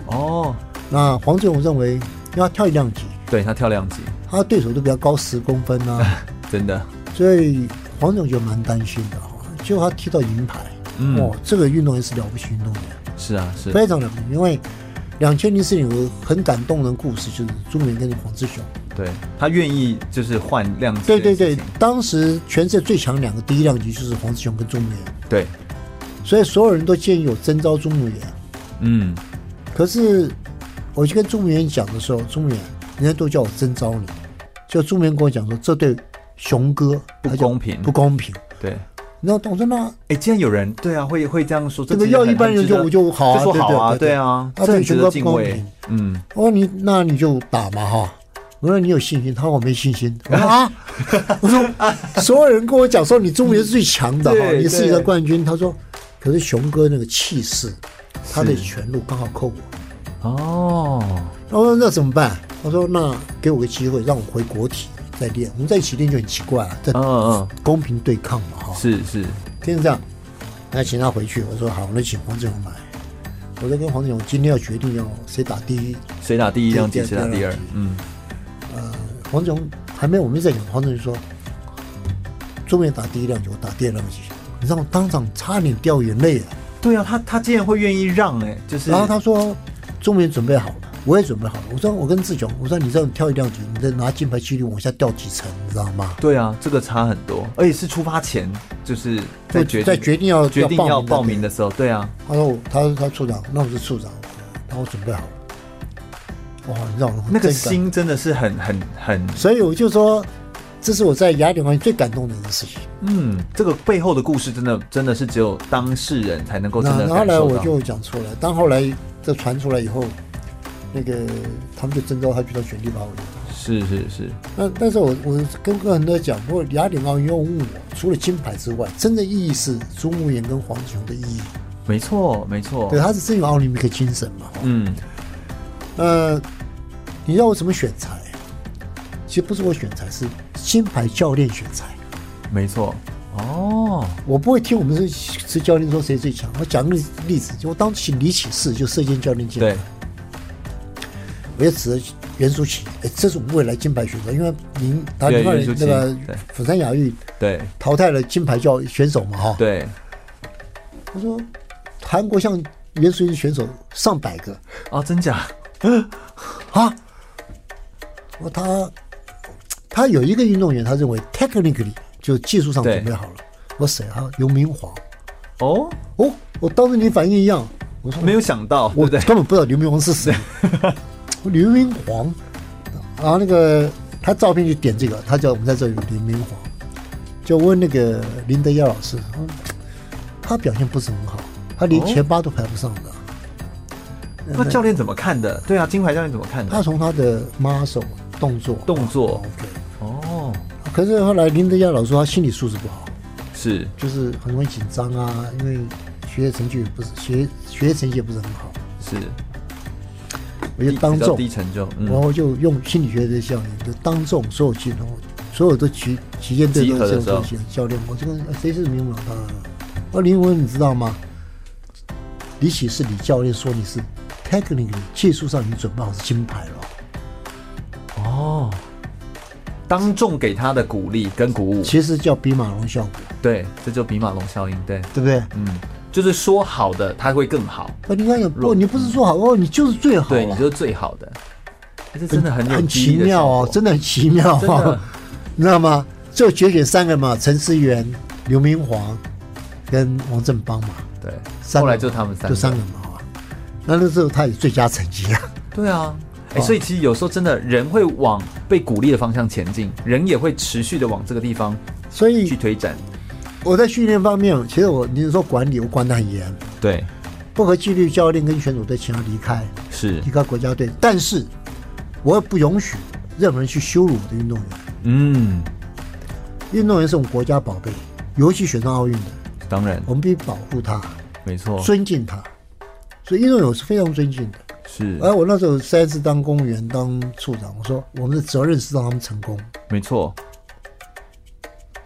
[SPEAKER 1] 哦，
[SPEAKER 2] 那黄志勇认为，因为他跳一量级，
[SPEAKER 1] 对他跳量级，
[SPEAKER 2] 他的对手都比较高十公分 啊，
[SPEAKER 1] 真的，
[SPEAKER 2] 所以黄总就蛮担心的哈。结果他踢到银牌，
[SPEAKER 1] 嗯
[SPEAKER 2] 哦，这个运动员是了不起运动员。
[SPEAKER 1] 是啊是，
[SPEAKER 2] 非常了不起。因为两千零四年有个很感动人的故事，就是朱明跟黄志雄。
[SPEAKER 1] 对他愿意就是换量级
[SPEAKER 2] 对
[SPEAKER 1] 这件
[SPEAKER 2] 对对
[SPEAKER 1] 事情，，
[SPEAKER 2] 当时全世界最强两个第一量级就是黄志雄跟朱明，
[SPEAKER 1] 对，
[SPEAKER 2] 所以所有人都建议我征召朱明。
[SPEAKER 1] 嗯，
[SPEAKER 2] 可是我去跟朱明讲的时候，朱明人家都叫我征召你，就朱明跟我讲说这对雄哥
[SPEAKER 1] 不
[SPEAKER 2] 他讲
[SPEAKER 1] 公平
[SPEAKER 2] 不公平。
[SPEAKER 1] 对。
[SPEAKER 2] 然后董说那
[SPEAKER 1] 哎，竟然有人对啊，会会这样说，这
[SPEAKER 2] 这个
[SPEAKER 1] 其实
[SPEAKER 2] 要
[SPEAKER 1] 很
[SPEAKER 2] 一般人
[SPEAKER 1] 很值得
[SPEAKER 2] 就就好啊
[SPEAKER 1] 就说好啊，
[SPEAKER 2] 对对对对
[SPEAKER 1] 对啊，
[SPEAKER 2] 啊
[SPEAKER 1] 这很
[SPEAKER 2] 对
[SPEAKER 1] 值
[SPEAKER 2] 熊
[SPEAKER 1] 得
[SPEAKER 2] 哥
[SPEAKER 1] 敬
[SPEAKER 2] 不公
[SPEAKER 1] 畏
[SPEAKER 2] 平，
[SPEAKER 1] 嗯，
[SPEAKER 2] 我哦说你那你就打嘛哈。我说你有信心，他说我没信心。我说
[SPEAKER 1] 哎
[SPEAKER 2] 啊，我说所有人跟我讲说你中国是最强的哈，
[SPEAKER 1] 对
[SPEAKER 2] 你是一个
[SPEAKER 1] 对
[SPEAKER 2] 冠军。他说，可是熊哥那个气势，他的
[SPEAKER 1] 是
[SPEAKER 2] 全路刚好扣我。
[SPEAKER 1] 哦，
[SPEAKER 2] 然后我说那怎么办？他说那给我个机会，让我回国体再练。我们在一起练就很奇怪啊，在
[SPEAKER 1] 嗯嗯，
[SPEAKER 2] 公平对抗嘛哈。
[SPEAKER 1] 是是，
[SPEAKER 2] 天这样，那请他回去。我说好，那请黄志勇来。我就跟黄志勇今天要决定要谁打第一，
[SPEAKER 1] 谁打第一量级，
[SPEAKER 2] 第
[SPEAKER 1] 谁
[SPEAKER 2] 二
[SPEAKER 1] 打
[SPEAKER 2] 第二
[SPEAKER 1] 第二
[SPEAKER 2] 量级，
[SPEAKER 1] 嗯，
[SPEAKER 2] 黄总还没有，我们在讲，黄总就说，朱明打第一辆球，我打第二辆球，你知道我当场差点掉眼泪啊。
[SPEAKER 1] 对啊，他他竟然会愿意让，哎，就是，
[SPEAKER 2] 然后他说，朱明准备好了，我也准备好了。我说我跟志雄，我说你这样跳一辆球，你这拿金牌几率往下掉几层，你知道吗？
[SPEAKER 1] 对啊，这个差很多，而且是出发前就是在
[SPEAKER 2] 我
[SPEAKER 1] 决定
[SPEAKER 2] 在决定要
[SPEAKER 1] 决定要报名
[SPEAKER 2] 的
[SPEAKER 1] 的时候，对啊，
[SPEAKER 2] 那天。他说我，他说他处长，那我是处长，那我准备好了。哇，你知道我
[SPEAKER 1] 那个
[SPEAKER 2] 真感
[SPEAKER 1] 心真的是很很很，
[SPEAKER 2] 所以我就说，这是我在雅典奥运最感动的一件事情。
[SPEAKER 1] 嗯，这个背后的故事真的真的是只有当事人才能够真
[SPEAKER 2] 那
[SPEAKER 1] 的
[SPEAKER 2] 后
[SPEAKER 1] 感
[SPEAKER 2] 来
[SPEAKER 1] 受
[SPEAKER 2] 我
[SPEAKER 1] 到。
[SPEAKER 2] 就讲错了，但后来这传出来以后，那个他们就征召他去到选立法委员。
[SPEAKER 1] 是是是，
[SPEAKER 2] 那但是我我跟很多人讲，不过雅典奥运要问我，除了金牌之外，真的意义是朱慕炎跟黄子雄的意义。
[SPEAKER 1] 没错没错，
[SPEAKER 2] 对，他是真有奥林匹克精神嘛。
[SPEAKER 1] 嗯，
[SPEAKER 2] 呃，你要我怎么选材？其实不是我选材，是金牌教练选材。
[SPEAKER 1] 没错，哦，
[SPEAKER 2] 我不会听我们是是教练说谁最强。我讲个例子，就我当时请李启士就射箭教练进来
[SPEAKER 1] 对，，
[SPEAKER 2] 我也指着袁淑琪，哎，这是我们未来金牌选手，因为您打
[SPEAKER 1] 对
[SPEAKER 2] 零二
[SPEAKER 1] 袁淑
[SPEAKER 2] 年
[SPEAKER 1] 琪
[SPEAKER 2] 那个
[SPEAKER 1] 对
[SPEAKER 2] 釜山亚运
[SPEAKER 1] 对
[SPEAKER 2] 淘汰了金牌教选手嘛，哈，
[SPEAKER 1] 对，
[SPEAKER 2] 我说韩国像袁淑琪选手上百个
[SPEAKER 1] 啊，真假？
[SPEAKER 2] 啊，我说他他有一个运动员，他认为 technically 就技术上
[SPEAKER 1] 对
[SPEAKER 2] 准备好了，我谁啊？游明煌
[SPEAKER 1] 哦，
[SPEAKER 2] 哦，我当时你反应一样，我说
[SPEAKER 1] 没有想到，对
[SPEAKER 2] 我
[SPEAKER 1] 不对
[SPEAKER 2] 根？本不知道刘明煌是 谁。刘明煌，然后那个他照片就点这个，他叫我们在这里有刘明煌，就问那个林德耀老师，他说他表现不是很好，他连
[SPEAKER 1] 哦
[SPEAKER 2] 前八都排不上的。
[SPEAKER 1] 那教练怎么看的？对啊，金牌教练怎么看
[SPEAKER 2] 他
[SPEAKER 1] 的？
[SPEAKER 2] 从他的 muscle 动作
[SPEAKER 1] 动作
[SPEAKER 2] OK，
[SPEAKER 1] 哦，
[SPEAKER 2] 可是后来林德耀老师说他心理素质不好，
[SPEAKER 1] 是
[SPEAKER 2] 就是很容易紧张啊，因为学业成绩也不是学学业成绩也不是很好，
[SPEAKER 1] 是，
[SPEAKER 2] 我就
[SPEAKER 1] 低
[SPEAKER 2] 当
[SPEAKER 1] 比较
[SPEAKER 2] 众哦
[SPEAKER 1] 低成就，
[SPEAKER 2] 然
[SPEAKER 1] 嗯，
[SPEAKER 2] 后就用心理学的效应，就当众所有运动，所有的旗旗舰队
[SPEAKER 1] 集
[SPEAKER 2] 都
[SPEAKER 1] 合的
[SPEAKER 2] 是
[SPEAKER 1] 时候
[SPEAKER 2] 哎啊教练。我这个谁是名模？当然了，那林文你知道吗？李启是李教练说你是 technically 技术上你准备好是金牌了，
[SPEAKER 1] 哦，当众给他的鼓励跟鼓舞，
[SPEAKER 2] 其实叫比马龙效果，
[SPEAKER 1] 对，这就比马龙效应，对，
[SPEAKER 2] 对不对？
[SPEAKER 1] 嗯，就是说好的他会更好，
[SPEAKER 2] 那你看有不，你不是说好哦，你就是最好
[SPEAKER 1] 对，你
[SPEAKER 2] 了，
[SPEAKER 1] 就是最好的，欸这真的很有
[SPEAKER 2] 很
[SPEAKER 1] 激
[SPEAKER 2] 奇
[SPEAKER 1] 励的
[SPEAKER 2] 妙
[SPEAKER 1] 效
[SPEAKER 2] 哦，
[SPEAKER 1] 果
[SPEAKER 2] 真的很奇妙、
[SPEAKER 1] 真的
[SPEAKER 2] 哦，你知道吗？就决选三个嘛，陈思源、刘明煌跟王振邦嘛，
[SPEAKER 1] 对，
[SPEAKER 2] 三
[SPEAKER 1] 后
[SPEAKER 2] 个
[SPEAKER 1] 来
[SPEAKER 2] 嘛
[SPEAKER 1] 就他们三
[SPEAKER 2] 就
[SPEAKER 1] 个，
[SPEAKER 2] 三个嘛。哦那那时候他以最佳成 绩啊，
[SPEAKER 1] 对啊。哎、所以其实有时候真的人会往被鼓励的方向前进，人也会持续的往这个地方
[SPEAKER 2] 所以
[SPEAKER 1] 去推展。
[SPEAKER 2] 我在训练方面，其实我你说管理，我管得很严，
[SPEAKER 1] 对，
[SPEAKER 2] 不合纪律，教练跟选手队请他离开，
[SPEAKER 1] 是
[SPEAKER 2] 离，开国家队。但是，我也不允许任何人去羞辱我的运动员。
[SPEAKER 1] 嗯，
[SPEAKER 2] 运动员是我们国家宝贝，尤其选上奥运的，
[SPEAKER 1] 当然
[SPEAKER 2] 我们必须保护他、
[SPEAKER 1] 没错，
[SPEAKER 2] 尊敬他。所以运动员我是非常尊敬的。
[SPEAKER 1] 是
[SPEAKER 2] 而我那时候三次当公务员、当处长，我说我们的责任是让他们成功，
[SPEAKER 1] 没错，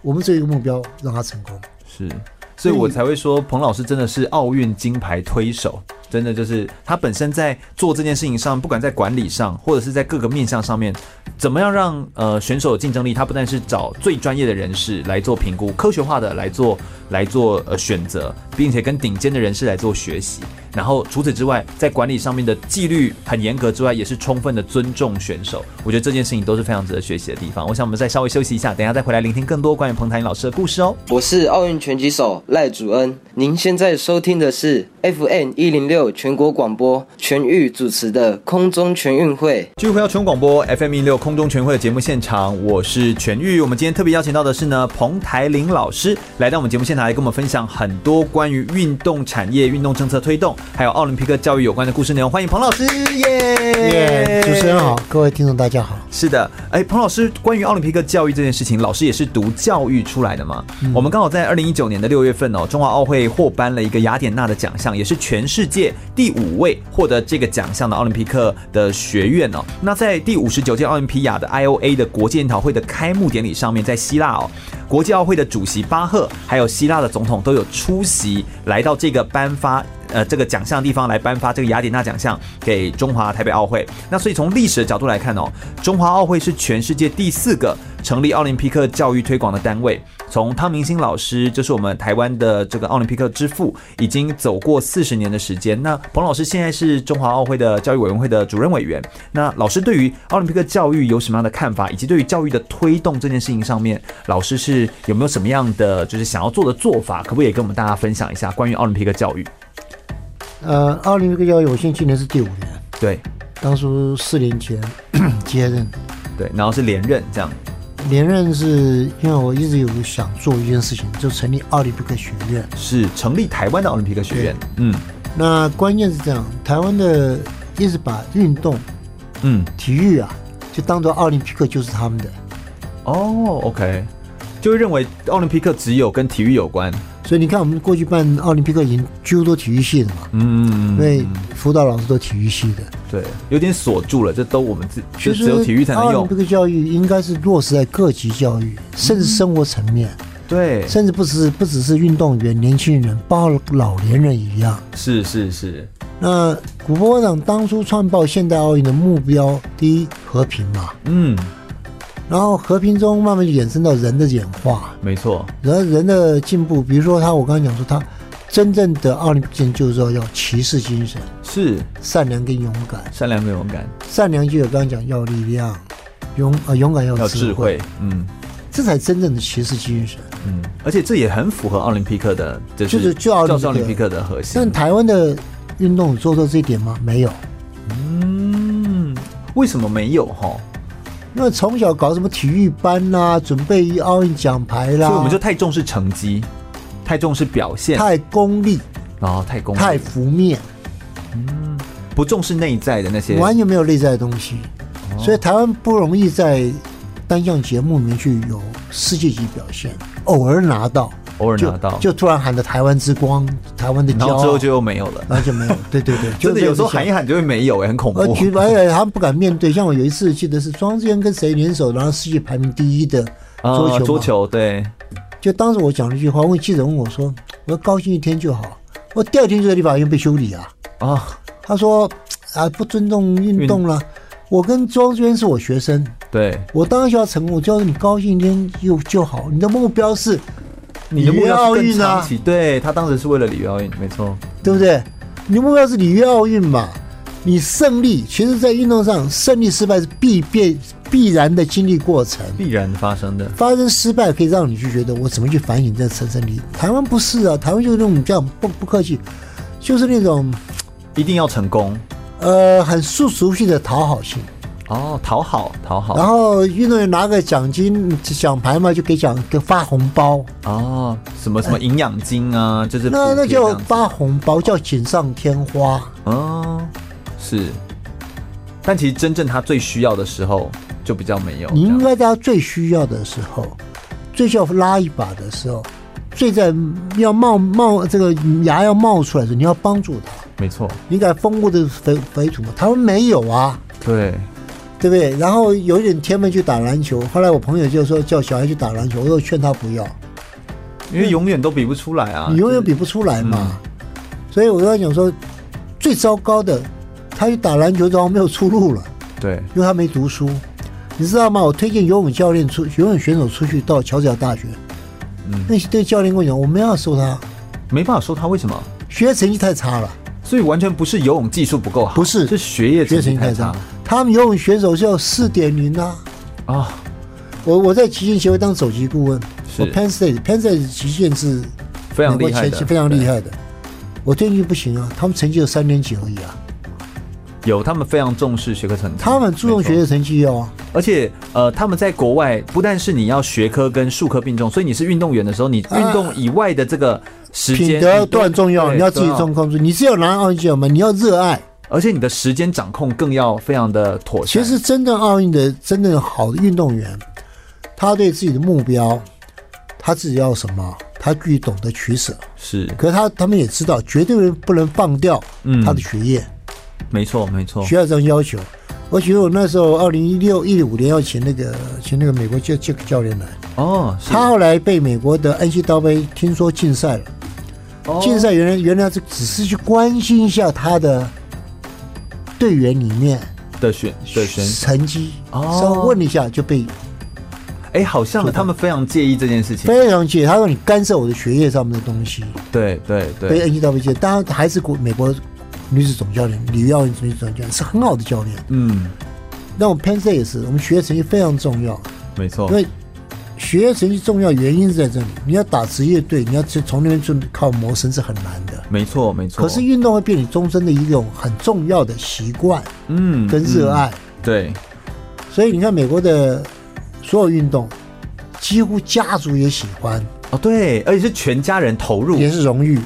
[SPEAKER 2] 我们只有一个目标，让他成功。
[SPEAKER 1] 是，所以我才会说彭老师真的是奥运金牌推手，真的就是他本身在做这件事情上，不管在管理上，或者是在各个面向上面，怎么样让呃选手有竞争力，他不但是找最专业的人士来做评估，科学化的来做来做呃选择，并且跟顶尖的人士来做学习。然后除此之外，在管理上面的纪律很严格之外，也是充分的尊重选手。我觉得这件事情都是非常值得学习的地方。我想我们再稍微休息一下，等一下再回来聆听更多关于彭坦宇老师的故事哦。
[SPEAKER 5] 我是奥运拳击手赖祖恩。您现在收听的是 FN 一零六全国广播全域主持的空中全运会。
[SPEAKER 1] 继续回到全广播 FM 一六空中全运会的节目现场，我是全玉。我们今天特别邀请到的是呢彭台林老师来到我们节目现场，来跟我们分享很多关于运动产业、运动政策推动，还有奥林匹克教育有关的故事内容。欢迎彭老师，耶！
[SPEAKER 2] 耶，主持人好，各位听众大家好。
[SPEAKER 1] 是的，哎，彭老师，关于奥林匹克教育这件事情，老师也是读教育出来的嘛？我们刚好在二零一九年的六月份哦，中华奥会获颁了一个雅典娜的奖项，也是全世界第五位获得这个奖项的奥林匹克的学院哦。那在第五十九届奥林匹亚的 IOA 的国际研讨会的开幕典礼上面，在希腊哦，国际奥会的主席巴赫还有希腊的总统都有出席，来到这个颁发呃这个奖项地方来颁发这个雅典娜奖项给中华台北奥会。那所以从历史的角度来看哦，中华奥会是全世界第四个成立奥林匹克教育推广的单位。从汤明星老师，就是我们台湾的这个奥林匹克之父，已经走过四十年的时间。那彭老师现在是中华奥会的教育委员会的主任委员。那老师对于奥林匹克教育有什么样的看法，以及对于教育的推动这件事情上面，老师是有没有什么样的就是想要做的做法？可不可以也跟我们大家分享一下关于奥林匹克教育？
[SPEAKER 2] 呃，奥林匹克教育，我现在今年是第五年，
[SPEAKER 1] 对
[SPEAKER 2] 当初四年前 接任，
[SPEAKER 1] 对，然后是连任这样。
[SPEAKER 2] 连任是因为我一直有想做一件事情，就成立奥林匹克学院。
[SPEAKER 1] 是成立台湾的奥林匹克学院。嗯
[SPEAKER 2] 那关键是这样，台湾的一直把运动、
[SPEAKER 1] 嗯，
[SPEAKER 2] 体育啊，就当做奥林匹克就是他们的，
[SPEAKER 1] 哦，OK，就会认为奥林匹克只有跟体育有关。
[SPEAKER 2] 所以你看我们过去办奥林匹克营，几乎都体育系的嘛，
[SPEAKER 1] 嗯，
[SPEAKER 2] 因为辅导老师都体育系的。
[SPEAKER 1] 对，有点锁住了，这都我们自
[SPEAKER 2] 其
[SPEAKER 1] 就
[SPEAKER 2] 实
[SPEAKER 1] 只有体育才能
[SPEAKER 2] 奥林
[SPEAKER 1] 用
[SPEAKER 2] 匹。克教育应该是落实在各级教育，甚至生活层面，
[SPEAKER 1] 对，
[SPEAKER 2] 甚至不只是不只是运动员、年轻人，包括老年人一样。
[SPEAKER 1] 是是是，
[SPEAKER 2] 那古波会长当初创办现代奥运的目标，第一和平嘛，
[SPEAKER 1] 嗯，
[SPEAKER 2] 然后和平中慢慢就衍生到人的演化，
[SPEAKER 1] 没错，
[SPEAKER 2] 然后人的进步，比如说他，我刚刚讲说他真正的奥林匹克精神就是说要骑士精神，
[SPEAKER 1] 是
[SPEAKER 2] 善良跟勇敢，
[SPEAKER 1] 善良跟勇敢，
[SPEAKER 2] 善良就有刚刚讲要力量，勇啊、勇敢要
[SPEAKER 1] 要
[SPEAKER 2] 智
[SPEAKER 1] 智
[SPEAKER 2] 慧，
[SPEAKER 1] 慧，嗯
[SPEAKER 2] 这才真正的骑士精神。
[SPEAKER 1] 嗯，而且这也很符合奥林匹克的，就
[SPEAKER 2] 就是
[SPEAKER 1] 是
[SPEAKER 2] 就奥林匹克
[SPEAKER 1] 教授奥林匹克的核
[SPEAKER 2] 但
[SPEAKER 1] 心。
[SPEAKER 2] 台湾的运动有做到这一点吗？没有，
[SPEAKER 1] 嗯，为什么没有哈？
[SPEAKER 2] 那从小搞什么体育班啦、准备奥运奖牌啦，
[SPEAKER 1] 所以我们就太重视成绩，太重视表现，
[SPEAKER 2] 太功利、
[SPEAKER 1] 然后太功利
[SPEAKER 2] 太浮面，
[SPEAKER 1] 不重视内在的那些，
[SPEAKER 2] 完全没有内在的东西，
[SPEAKER 1] 哦
[SPEAKER 2] 所以台湾不容易在单项节目里面去有世界级表现，偶尔拿到，
[SPEAKER 1] 偶尔
[SPEAKER 2] 就
[SPEAKER 1] 拿到，
[SPEAKER 2] 就突然喊的台湾之光、台湾的骄
[SPEAKER 1] 然
[SPEAKER 2] 傲，呃
[SPEAKER 1] 后之后就又没有了。
[SPEAKER 2] 然后 就没有，对对对，
[SPEAKER 1] 真的有时候喊
[SPEAKER 2] 还
[SPEAKER 1] 一喊就会没有、哎，很恐
[SPEAKER 2] 呃，
[SPEAKER 1] 怖。
[SPEAKER 2] 举白人他们不敢面对，像我有一次记得是庄智渊跟谁联手，然后世界排名第一的
[SPEAKER 1] 啊
[SPEAKER 2] 桌球嘛、
[SPEAKER 1] 桌球对，
[SPEAKER 2] 就当时我讲了一句话，问记者问我说：“我要高兴一天就好，我第二天这个立法院被修理啊，
[SPEAKER 1] 哦，
[SPEAKER 2] 他说啊不尊重运动了。我跟周娟是我学生，
[SPEAKER 1] 对，
[SPEAKER 2] 我当然就要成功，我就要你高兴一天就就好。你的目标是
[SPEAKER 1] 你的目标是
[SPEAKER 2] 里约
[SPEAKER 1] 更
[SPEAKER 2] 奥运啊
[SPEAKER 1] 长期，对他当时是为了里约奥运，没错，
[SPEAKER 2] 对不对？你目标是里约奥运嘛？你胜利，其实，在运动上，胜利失败是必变必然的经历过程。
[SPEAKER 1] 必然发生的，
[SPEAKER 2] 发生失败可以让你去觉得我怎么去反省这次胜利。台湾不是啊，台湾就是那种这样不不客气，就是那种
[SPEAKER 1] 一定要成功
[SPEAKER 2] 呃很熟熟悉的讨好性。
[SPEAKER 1] 哦，讨好讨好，
[SPEAKER 2] 然后运动员拿个奖金奖牌嘛，就给奖给发红包，
[SPEAKER 1] 哦，什么什么营养金啊，就是
[SPEAKER 2] 那
[SPEAKER 1] 补
[SPEAKER 2] 那
[SPEAKER 1] 贴这
[SPEAKER 2] 叫
[SPEAKER 1] 样子
[SPEAKER 2] 发红包，叫锦上添花。
[SPEAKER 1] 哦，是，但其实真正他最需要的时候就比较没有，
[SPEAKER 2] 你应
[SPEAKER 1] 这样
[SPEAKER 2] 该在他最需要的时候，最需要拉一把的时候，最在要冒冒这个牙要冒出来的时候，你要帮助他。
[SPEAKER 1] 没错，
[SPEAKER 2] 你给他丰富的肥肥土嘛，台湾没有啊，
[SPEAKER 1] 对，
[SPEAKER 2] 对不对？然后有一点天分去打篮球，后来我朋友就说叫小孩去打篮球，我又劝他不要，
[SPEAKER 1] 因为永远都比不出来啊，
[SPEAKER 2] 你永
[SPEAKER 1] 就
[SPEAKER 2] 远
[SPEAKER 1] 是
[SPEAKER 2] 比不出来嘛。所以我跟他讲说，最糟糕的，他去打篮球之后没有出路了，
[SPEAKER 1] 对，
[SPEAKER 2] 因为他没读书，你知道吗？我推荐游泳教练出游泳选手出去到乔治亚大学，那些对教练跟我讲，我们要收他，
[SPEAKER 1] 没办法说他为什么。
[SPEAKER 2] 学业成绩太差了，
[SPEAKER 1] 所以完全不是游泳技术不够好，
[SPEAKER 2] 不是
[SPEAKER 1] 是学业
[SPEAKER 2] 学
[SPEAKER 1] 成绩
[SPEAKER 2] 业成绩
[SPEAKER 1] 太
[SPEAKER 2] 太
[SPEAKER 1] 差
[SPEAKER 2] 差。他们游泳选手是要四点零啊。
[SPEAKER 1] 啊！
[SPEAKER 2] 我我在极限协会当首席顾问，
[SPEAKER 1] 是
[SPEAKER 2] 我 Penn State，Penn State 极限是
[SPEAKER 1] 非常
[SPEAKER 2] 美国
[SPEAKER 1] 厉害
[SPEAKER 2] 前
[SPEAKER 1] 的
[SPEAKER 2] 期非常厉害的。我最近不行啊，他们成绩有三点几而已啊，
[SPEAKER 1] 有他们非常重视学科成绩，
[SPEAKER 2] 他们注重学
[SPEAKER 1] 没
[SPEAKER 2] 业
[SPEAKER 1] 错，
[SPEAKER 2] 成绩哦。
[SPEAKER 1] 而且呃，他们在国外不但是你要学科跟术科并重，所以你是运动员的时候，你运动以外的这个时间
[SPEAKER 2] 品德
[SPEAKER 1] 你都
[SPEAKER 2] 都很重要，
[SPEAKER 1] 对啊
[SPEAKER 2] 你要自己
[SPEAKER 1] 都
[SPEAKER 2] 重控制。你是要拿奥运奖吗？你要热爱。
[SPEAKER 1] 而且你的时间掌控更要非常的妥善。
[SPEAKER 2] 其实真正奥运的真正好的运动员，他对自己的目标，他自己要什么，他自己懂得取舍。
[SPEAKER 1] 是
[SPEAKER 2] 可是他他们也知道，绝对不能放掉
[SPEAKER 1] 嗯哦
[SPEAKER 2] 他的学业。
[SPEAKER 1] 没错没错，
[SPEAKER 2] 学校这样要求。我记得我那时候二零一六一五年要请那个请那个美国教这个教练来，
[SPEAKER 1] 哦，是
[SPEAKER 2] 他后来被美国的 N C W 听说禁赛了。
[SPEAKER 1] 哦
[SPEAKER 2] 禁赛原来原来是只是去关心一下他的队员里面
[SPEAKER 1] 的选的选手，
[SPEAKER 2] 成绩，
[SPEAKER 1] 哦
[SPEAKER 2] 稍微问一下就被
[SPEAKER 1] 哎，好像他们非常介意这件事情，
[SPEAKER 2] 非常介意，他说你干涉我的学业上面的东西，
[SPEAKER 1] 对对
[SPEAKER 2] 被
[SPEAKER 1] 对，
[SPEAKER 2] N C W 戒。当然还是国美国女子总教练李玉奥运女子总教练是很好的教练。
[SPEAKER 1] 嗯，
[SPEAKER 2] 那我们 Penn State 也是，我们学业成绩非常重要。
[SPEAKER 1] 没错
[SPEAKER 2] 因，为学业成绩重要原因是在这里，你要打职业队，你要去从那边去靠谋生是很难的。
[SPEAKER 1] 没错没错。
[SPEAKER 2] 可是运动会变你终身的一种很重要的习惯
[SPEAKER 1] 嗯，
[SPEAKER 2] 跟热爱，
[SPEAKER 1] 嗯对，
[SPEAKER 2] 所以你看美国的所有运动，几乎家族也喜欢，
[SPEAKER 1] 哦对，而且是全家人投入，
[SPEAKER 2] 也是荣誉。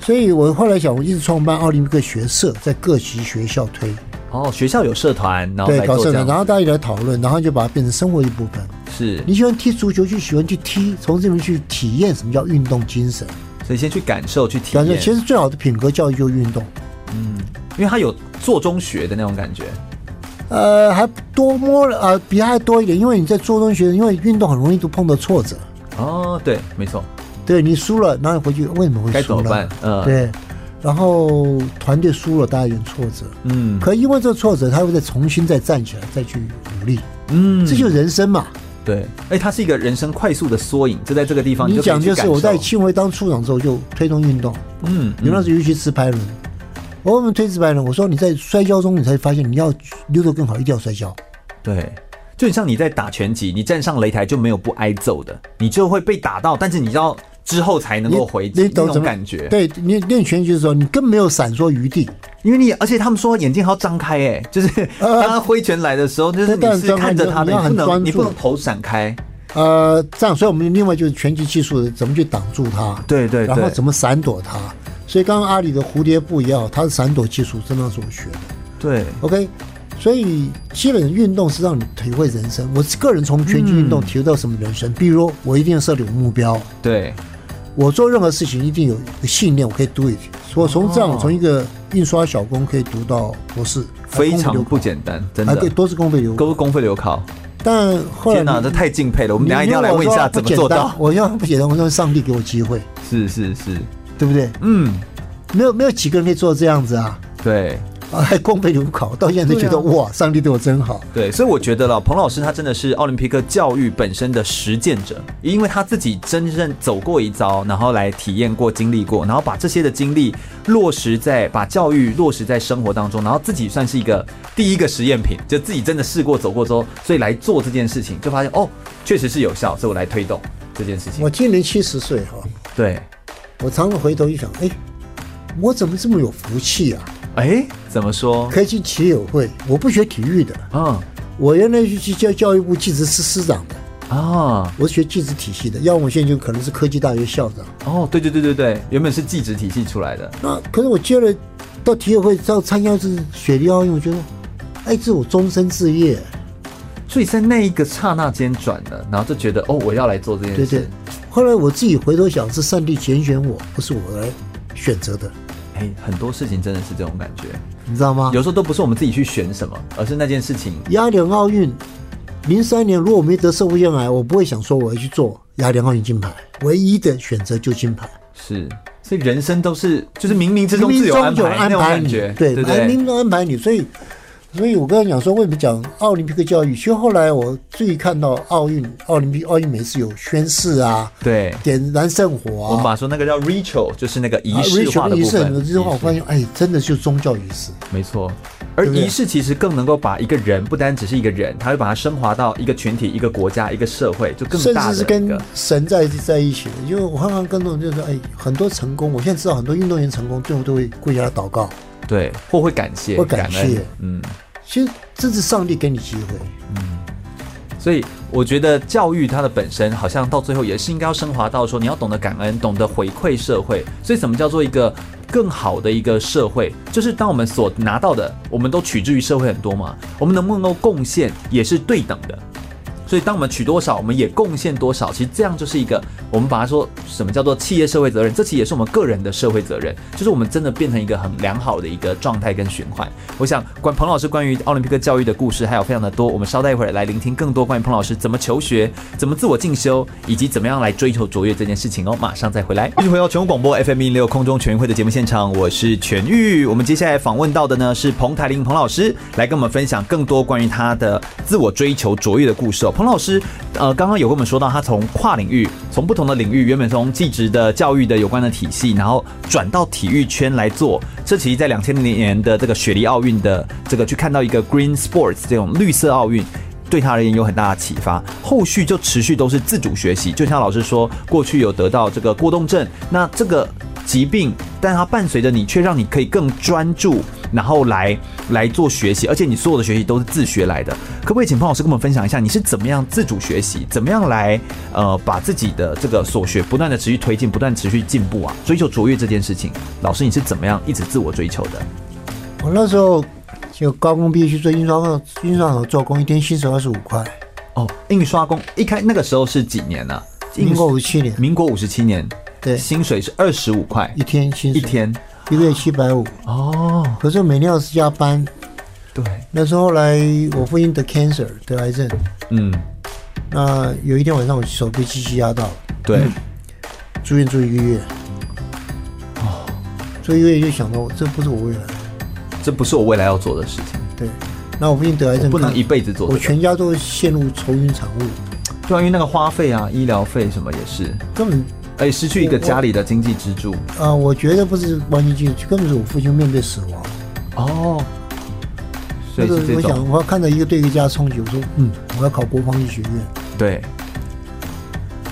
[SPEAKER 2] 所以我后来想，我一直创办奥林匹克学社，在各级学校推，
[SPEAKER 1] 哦，学校有社团，然后
[SPEAKER 2] 对
[SPEAKER 1] 来，
[SPEAKER 2] 搞
[SPEAKER 1] 做这
[SPEAKER 2] 社团，
[SPEAKER 1] 样，
[SPEAKER 2] 然后大家一起来讨论，然后就把它变成生活一部分。
[SPEAKER 1] 是，
[SPEAKER 2] 你喜欢踢足球，就喜欢去踢，从这边去体验什么叫运动精神。
[SPEAKER 1] 所以先去感受去体
[SPEAKER 2] 感觉
[SPEAKER 1] 验，
[SPEAKER 2] 其实最好的品格教育就是运动，
[SPEAKER 1] 因为他有做中学的那种感觉，
[SPEAKER 2] 呃，还多摸了呃，比他还多一点，因为你在做中学，因为运动很容易就碰到挫折，
[SPEAKER 1] 哦，对，没错，
[SPEAKER 2] 对你输了，然后你回去为什么会输呢？
[SPEAKER 1] 该怎么办？嗯，，
[SPEAKER 2] 对，然后团队输了，大家有点挫折，
[SPEAKER 1] 嗯，
[SPEAKER 2] 可因为这个挫折，他会再重新再站起来，再去努力，
[SPEAKER 1] 嗯，
[SPEAKER 2] 这就是人生嘛。
[SPEAKER 1] 对，哎，它是一个人生快速的缩影，就在这个地方，
[SPEAKER 2] 你
[SPEAKER 1] 就可以
[SPEAKER 2] 讲
[SPEAKER 1] 去
[SPEAKER 2] 就是
[SPEAKER 1] 感
[SPEAKER 2] 我在
[SPEAKER 1] 受
[SPEAKER 2] 青委当处长之后就推动运动，
[SPEAKER 1] 嗯，
[SPEAKER 2] 有那
[SPEAKER 1] 嗯
[SPEAKER 2] 时候尤其直排轮，我为什么推直排轮？我说你在摔跤中，你才发现你要溜得更好，一定要摔跤。
[SPEAKER 1] 对。就很像你在打拳击，你站上擂台就没有不挨揍的，你就会被打到，但是你要之后才能
[SPEAKER 2] 你
[SPEAKER 1] 够回击
[SPEAKER 2] 你
[SPEAKER 1] 那
[SPEAKER 2] 懂怎
[SPEAKER 1] 种
[SPEAKER 2] 么
[SPEAKER 1] 感觉。，
[SPEAKER 2] 对你练拳击的时候，你更没有闪烁余地。
[SPEAKER 1] 因为你而且他们说眼睛还要张开，哎，就是
[SPEAKER 2] 呃
[SPEAKER 1] 他挥拳来的时候，就是
[SPEAKER 2] 对
[SPEAKER 1] 你
[SPEAKER 2] 当然
[SPEAKER 1] 是
[SPEAKER 2] 张开
[SPEAKER 1] 看着
[SPEAKER 2] 你要
[SPEAKER 1] 他的，你不
[SPEAKER 2] 你要很
[SPEAKER 1] 能
[SPEAKER 2] 专
[SPEAKER 1] 你不
[SPEAKER 2] 注
[SPEAKER 1] 能头闪开，
[SPEAKER 2] 呃，这样，所以我们另外就是拳击技术的怎么去挡住它，
[SPEAKER 1] 对对
[SPEAKER 2] 然
[SPEAKER 1] 对
[SPEAKER 2] 后怎么闪躲它。所以刚刚阿里的蝴蝶步也好，它的闪躲技术真的是我学的。
[SPEAKER 1] 对，
[SPEAKER 2] OK，所以基本运动是让你体会人生。我个人从拳击运动体会到什么人生，比如我一定要设定目标，
[SPEAKER 1] 对，
[SPEAKER 2] 我做任何事情一定有一个信念，我可以 do it。所以我从这样，
[SPEAKER 1] 哦
[SPEAKER 2] 我从一个印刷小工可以读到博士，哎还
[SPEAKER 1] 非
[SPEAKER 2] 公费
[SPEAKER 1] 常
[SPEAKER 2] 留
[SPEAKER 1] 不
[SPEAKER 2] 考
[SPEAKER 1] 简单，真
[SPEAKER 2] 还
[SPEAKER 1] 的
[SPEAKER 2] 可以。多次公费留考。
[SPEAKER 1] 都是公费流考，
[SPEAKER 2] 但后来
[SPEAKER 1] 天哪，
[SPEAKER 2] 你
[SPEAKER 1] 这太敬佩了！我们
[SPEAKER 2] 你
[SPEAKER 1] 等一下一定要来问一下怎么做到。
[SPEAKER 2] 我要不简单，我说上帝给我机会，
[SPEAKER 1] 是是是，
[SPEAKER 2] 对不对？
[SPEAKER 1] 嗯，
[SPEAKER 2] 没有没有几个人可以做到这样子啊！
[SPEAKER 1] 对
[SPEAKER 2] 啊，还公费留考，到现在都觉得、
[SPEAKER 6] 对
[SPEAKER 2] 哇，上帝对我真好。
[SPEAKER 1] 对，所以我觉得了，彭老师他真的是奥林匹克教育本身的实践者，因为他自己真正走过一遭，然后来体验过、经历过，然后把这些的经历落实在把教育落实在生活当中，然后自己算是一个第一个实验品，就自己真的试过、走过之后，所以来做这件事情，就发现哦，确实是有效，所以我来推动这件事情
[SPEAKER 2] 我。今年七十岁哈，
[SPEAKER 1] 对，
[SPEAKER 2] 我常常回头一想，哎，我怎么这么有福气啊？
[SPEAKER 1] 哎，怎么说？
[SPEAKER 2] 可以去体友会，我不学体育的，
[SPEAKER 1] 嗯
[SPEAKER 2] 我原来是去教教育部技职司司长的，
[SPEAKER 1] 啊，
[SPEAKER 2] 我是学技职体系的，要不我现在就可能是科技大学校长。
[SPEAKER 1] 哦，对对对对对，原本是技职体系出来的，
[SPEAKER 2] 那可是我接了到体育会到参加是雪梨奥运，我觉得，哎，这是我终身志业。啊
[SPEAKER 1] 所以在那一个刹那间转了，然后就觉得哦，我要来做这件事。
[SPEAKER 2] 对对。后来我自己回头想，是上帝拣选我，不是我来选择的，
[SPEAKER 1] 哎、很多事情真的是这种感觉，
[SPEAKER 2] 你知道吗？
[SPEAKER 1] 有时候都不是我们自己去选什么，而是那件事情。
[SPEAKER 2] 雅典奥运，零三年如果没得社会腺癌，我不会想说我要去做雅典奥运金牌，唯一的选择就金牌。
[SPEAKER 1] 是，所以人生都是就是冥冥之中
[SPEAKER 2] 冥
[SPEAKER 1] 自
[SPEAKER 2] 冥
[SPEAKER 1] 有安排
[SPEAKER 2] 有安
[SPEAKER 1] 那种
[SPEAKER 2] 排
[SPEAKER 1] 感
[SPEAKER 2] 你，
[SPEAKER 1] 觉，
[SPEAKER 2] 对，
[SPEAKER 1] 对不
[SPEAKER 2] 冥冥
[SPEAKER 1] 对？
[SPEAKER 2] 中安排你，所以，所以我刚才讲说，为什么讲奥林匹克教育？其实后来我注意看到奥运、奥林匹奥运每次有宣誓啊，
[SPEAKER 1] 对，
[SPEAKER 2] 点燃圣火
[SPEAKER 1] 我们
[SPEAKER 2] 啊，
[SPEAKER 1] 把说那个叫 ritual，就是那个仪
[SPEAKER 2] 啊
[SPEAKER 1] 式化的
[SPEAKER 2] 仪
[SPEAKER 1] 部
[SPEAKER 2] 式
[SPEAKER 1] 分。
[SPEAKER 2] 很多之后，我发现，哎，真的就是宗教仪式。
[SPEAKER 1] 没错。而
[SPEAKER 2] 对不对
[SPEAKER 1] 仪式其实更能够把一个人不单只是一个人，他会把它升华到一个群体、一个国家、一个社会，就更
[SPEAKER 2] 甚
[SPEAKER 1] 大
[SPEAKER 2] 至
[SPEAKER 1] 的
[SPEAKER 2] 是
[SPEAKER 1] 一
[SPEAKER 2] 跟
[SPEAKER 1] 个
[SPEAKER 2] 神在在一起的，因为我看看更多人就是哎，很多成功，我现在知道很多运动员成功，最后都会跪下来祷告。
[SPEAKER 1] 对，或会感谢，
[SPEAKER 2] 会感
[SPEAKER 1] 恩
[SPEAKER 2] 谢
[SPEAKER 1] 嗯。
[SPEAKER 2] 其实这是上帝给你机会，
[SPEAKER 1] 所以我觉得教育它的本身好像到最后也是应该要升华到说你要懂得感恩，懂得回馈社会。所以怎么叫做一个更好的一个社会？就是当我们所拿到的，我们都取之于社会很多嘛，我们能不能够贡献也是对等的。所以，当我们取多少，我们也贡献多少。其实这样就是一个，我们把它说什么叫做企业社会责任，这其实也是我们个人的社会责任，就是我们真的变成一个很良好的一个状态跟循环。我想，关彭老师关于奥林匹克教育的故事还有非常的多，我们稍待一会儿来聆听更多关于彭老师怎么求学、怎么自我进修，以及怎么样来追求卓越这件事情哦。马上再回来，继续回到全国广播 FM 一六空中全运会的节目现场，我是全玉。我们接下来访问到的呢是彭台林彭老师，来跟我们分享更多关于他的自我追求卓越的故事哦。彭老师，呃，刚刚有跟我们说到，他从跨领域，从不同的领域，原本从技职的教育的有关的体系，然后转到体育圈来做。这其实在两千零年的这个雪梨奥运的这个去看到一个 Green Sports 这种绿色奥运。对他而言有很大的启发，后续就持续都是自主学习。就像老师说，过去有得到这个过动症，那这个疾病，但它伴随着你，却让你可以更专注，然后来来做学习，而且你所有的学习都是自学来的。可不可以请彭老师跟我们分享一下，你是怎么样自主学习，怎么样来呃把自己的这个所学不断的持续推进，不断地持续进步啊，追求卓越这件事情，老师你是怎么样一直自我追求的？
[SPEAKER 2] 我那时候就高工毕业去做印刷厂，印刷厂做工，一天薪水二十五块，
[SPEAKER 1] 哦，印刷工一开那个时候是几年呢、啊？
[SPEAKER 2] 民国五七年，
[SPEAKER 1] 民国五十七年，
[SPEAKER 2] 对
[SPEAKER 1] 薪水是二十五块
[SPEAKER 2] 一天薪
[SPEAKER 1] 一
[SPEAKER 2] 水
[SPEAKER 1] 天。
[SPEAKER 2] 一个月七百五，
[SPEAKER 1] 哦，
[SPEAKER 2] 可是我每天要是加班。
[SPEAKER 1] 对，
[SPEAKER 2] 那时候后来我父亲得 cancer 得癌症，
[SPEAKER 1] 嗯，
[SPEAKER 2] 那有一天晚上我手被机器压到，
[SPEAKER 1] 对，
[SPEAKER 2] 嗯住院住一个月。哦，
[SPEAKER 1] 哦
[SPEAKER 2] 住一个月就想到这不是我未来，
[SPEAKER 1] 这不是我未来要做的事情，
[SPEAKER 2] 对。那我父亲得癌症，
[SPEAKER 1] 我不能
[SPEAKER 2] 看
[SPEAKER 1] 一辈子做、这个。
[SPEAKER 2] 我全家都陷入愁云惨雾，
[SPEAKER 1] 对啊，因为那个花费啊、医疗费什么也是，
[SPEAKER 2] 根本
[SPEAKER 1] 哎，失去一个家里的经济支柱。
[SPEAKER 2] 啊、我觉得不是完全进去，根本是我父亲面对死亡。
[SPEAKER 1] 哦，所
[SPEAKER 2] 那
[SPEAKER 1] 以
[SPEAKER 2] 个
[SPEAKER 1] 是这
[SPEAKER 2] 我
[SPEAKER 1] 种
[SPEAKER 2] 想，我要看到一个对一个家冲击，我说，嗯，我要考国防医学院。
[SPEAKER 1] 对，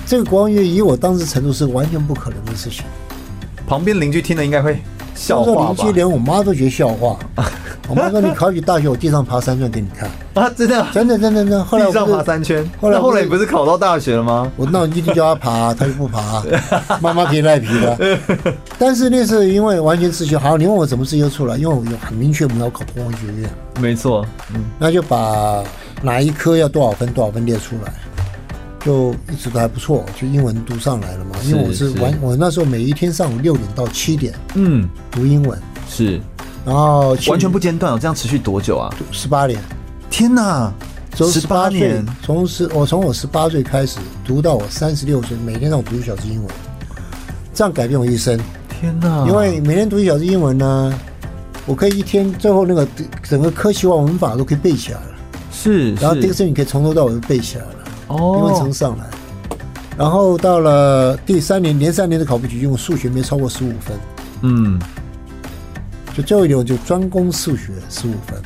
[SPEAKER 2] 这个国防医学院以我当时程度是完全不可能的事情。
[SPEAKER 1] 旁边邻居听了应该会笑
[SPEAKER 2] 当时
[SPEAKER 1] 话
[SPEAKER 2] 邻
[SPEAKER 1] 吧
[SPEAKER 2] 居？连我妈都觉得笑话。我妈说：“你考取大学，我地上爬三转给你看。
[SPEAKER 1] 啊，真的啊”，
[SPEAKER 2] 真的，真的，真的。后来
[SPEAKER 1] 地
[SPEAKER 2] 我
[SPEAKER 1] 上
[SPEAKER 2] 不
[SPEAKER 1] 爬
[SPEAKER 2] 是
[SPEAKER 1] 三圈。
[SPEAKER 2] 后来
[SPEAKER 1] 那
[SPEAKER 2] 我不
[SPEAKER 1] 后
[SPEAKER 2] 是
[SPEAKER 1] 来你不是考到大学了吗？
[SPEAKER 2] 我那我一直叫他爬，他就 不爬，妈妈可以赖皮的。但是那次因为完全自修，好，你问我怎么自修出来，因为我有很明确我们要考国防学院，
[SPEAKER 1] 没错，
[SPEAKER 2] 那就把哪一科要多少分多少分列出来，就一直都还不错，就英文读上来了嘛。因为我是
[SPEAKER 1] 是是
[SPEAKER 2] 完，我那时候每一天上午六点到七点
[SPEAKER 1] 嗯，
[SPEAKER 2] 读英文，
[SPEAKER 1] 是
[SPEAKER 2] 然后
[SPEAKER 1] 完全不间断哦。这样持续多久啊？
[SPEAKER 2] 十八年，
[SPEAKER 1] 天哪，
[SPEAKER 2] 从
[SPEAKER 1] 十八
[SPEAKER 2] 18岁
[SPEAKER 1] 年，
[SPEAKER 2] 从十我从我十八岁开始读到我三十六岁，每天让我读一小时英文，这样改变我一生。
[SPEAKER 1] 天哪！
[SPEAKER 2] 因为每天读一小时英文呢，我可以一天最后那个整个科学化文法都可以背起来了，
[SPEAKER 1] 是
[SPEAKER 2] 然后
[SPEAKER 1] 是
[SPEAKER 2] Dixon 你可以从头到尾都背起来了，英文
[SPEAKER 1] 哦
[SPEAKER 2] 程，上来。然后到了第三年，连三年的考不及格，我数学没超过十五分，
[SPEAKER 1] 嗯，
[SPEAKER 2] 就最后一年我就专攻数学十五分。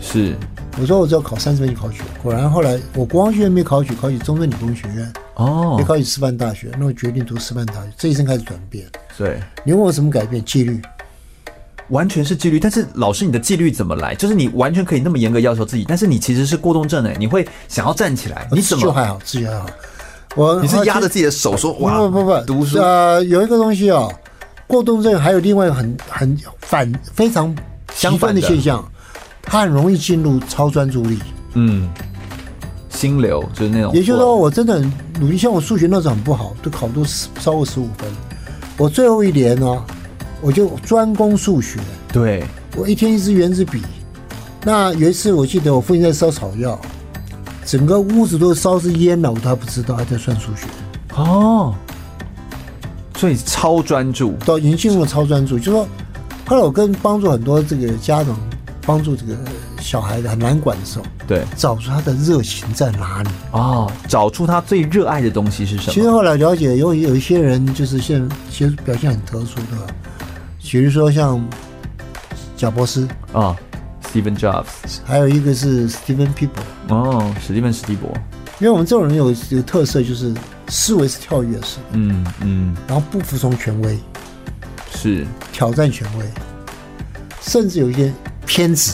[SPEAKER 1] 是
[SPEAKER 2] 我说我只要考三十分就考取了，果然后来我国王学院没考取，考取中正理工学院，
[SPEAKER 1] 哦
[SPEAKER 2] 没，考取师范大学，那我决定读师范大学，这一生开始转变。
[SPEAKER 1] 对，
[SPEAKER 2] 你问我什么改变？纪律。
[SPEAKER 1] 完全是纪律。但是老师，你的纪律怎么来？就是你完全可以那么严格要求自己，但是你其实是过动症哎，你会想要站起来，你怎
[SPEAKER 2] 哦就
[SPEAKER 1] 么？
[SPEAKER 2] 还好，自己还好。我
[SPEAKER 1] 你是压着
[SPEAKER 2] 己
[SPEAKER 1] 自己的手说哇，
[SPEAKER 2] 不不不，
[SPEAKER 1] 读书
[SPEAKER 2] 呃，有一个东西哦，过动症还有另外一个很很反非常
[SPEAKER 1] 相
[SPEAKER 2] 极
[SPEAKER 1] 反
[SPEAKER 2] 端
[SPEAKER 1] 的
[SPEAKER 2] 的现象，它很容易进入超专注力。
[SPEAKER 1] 嗯，心流就是那种，
[SPEAKER 2] 也就是说，我真的很努力，像我数学那时候很不好，就考都十超过十五分。我最后一年呢、我就专攻数学，
[SPEAKER 1] 对，
[SPEAKER 2] 我一天一支圆珠笔。那有一次，我记得我父亲在烧草药，整个屋子都烧是烟了，我都还不知道，还在算数学。
[SPEAKER 1] 哦，所以超专注，
[SPEAKER 2] 到已经进入了超专注，就说后来我跟帮助很多这个家长帮助这个小孩子很难管的时候，
[SPEAKER 1] 对，
[SPEAKER 2] 找出他的热情在哪里。
[SPEAKER 1] 哦，找出他最热爱的东西是
[SPEAKER 2] 其
[SPEAKER 1] 什
[SPEAKER 2] 实
[SPEAKER 1] 么？
[SPEAKER 2] 后来了解，有有一些人就是现其实表现很特殊的，比如说像贾伯斯，
[SPEAKER 1] 啊、s t e v e n Jobs，
[SPEAKER 2] 还有一个是 Steven p e o p l e
[SPEAKER 1] 哦，史蒂芬史蒂博，
[SPEAKER 2] 因为我们这种人有有特色，就是思维是跳跃式，
[SPEAKER 1] 嗯嗯，
[SPEAKER 2] 然后不服从权威，
[SPEAKER 1] 是，
[SPEAKER 2] 挑战权威，甚至有一些偏执。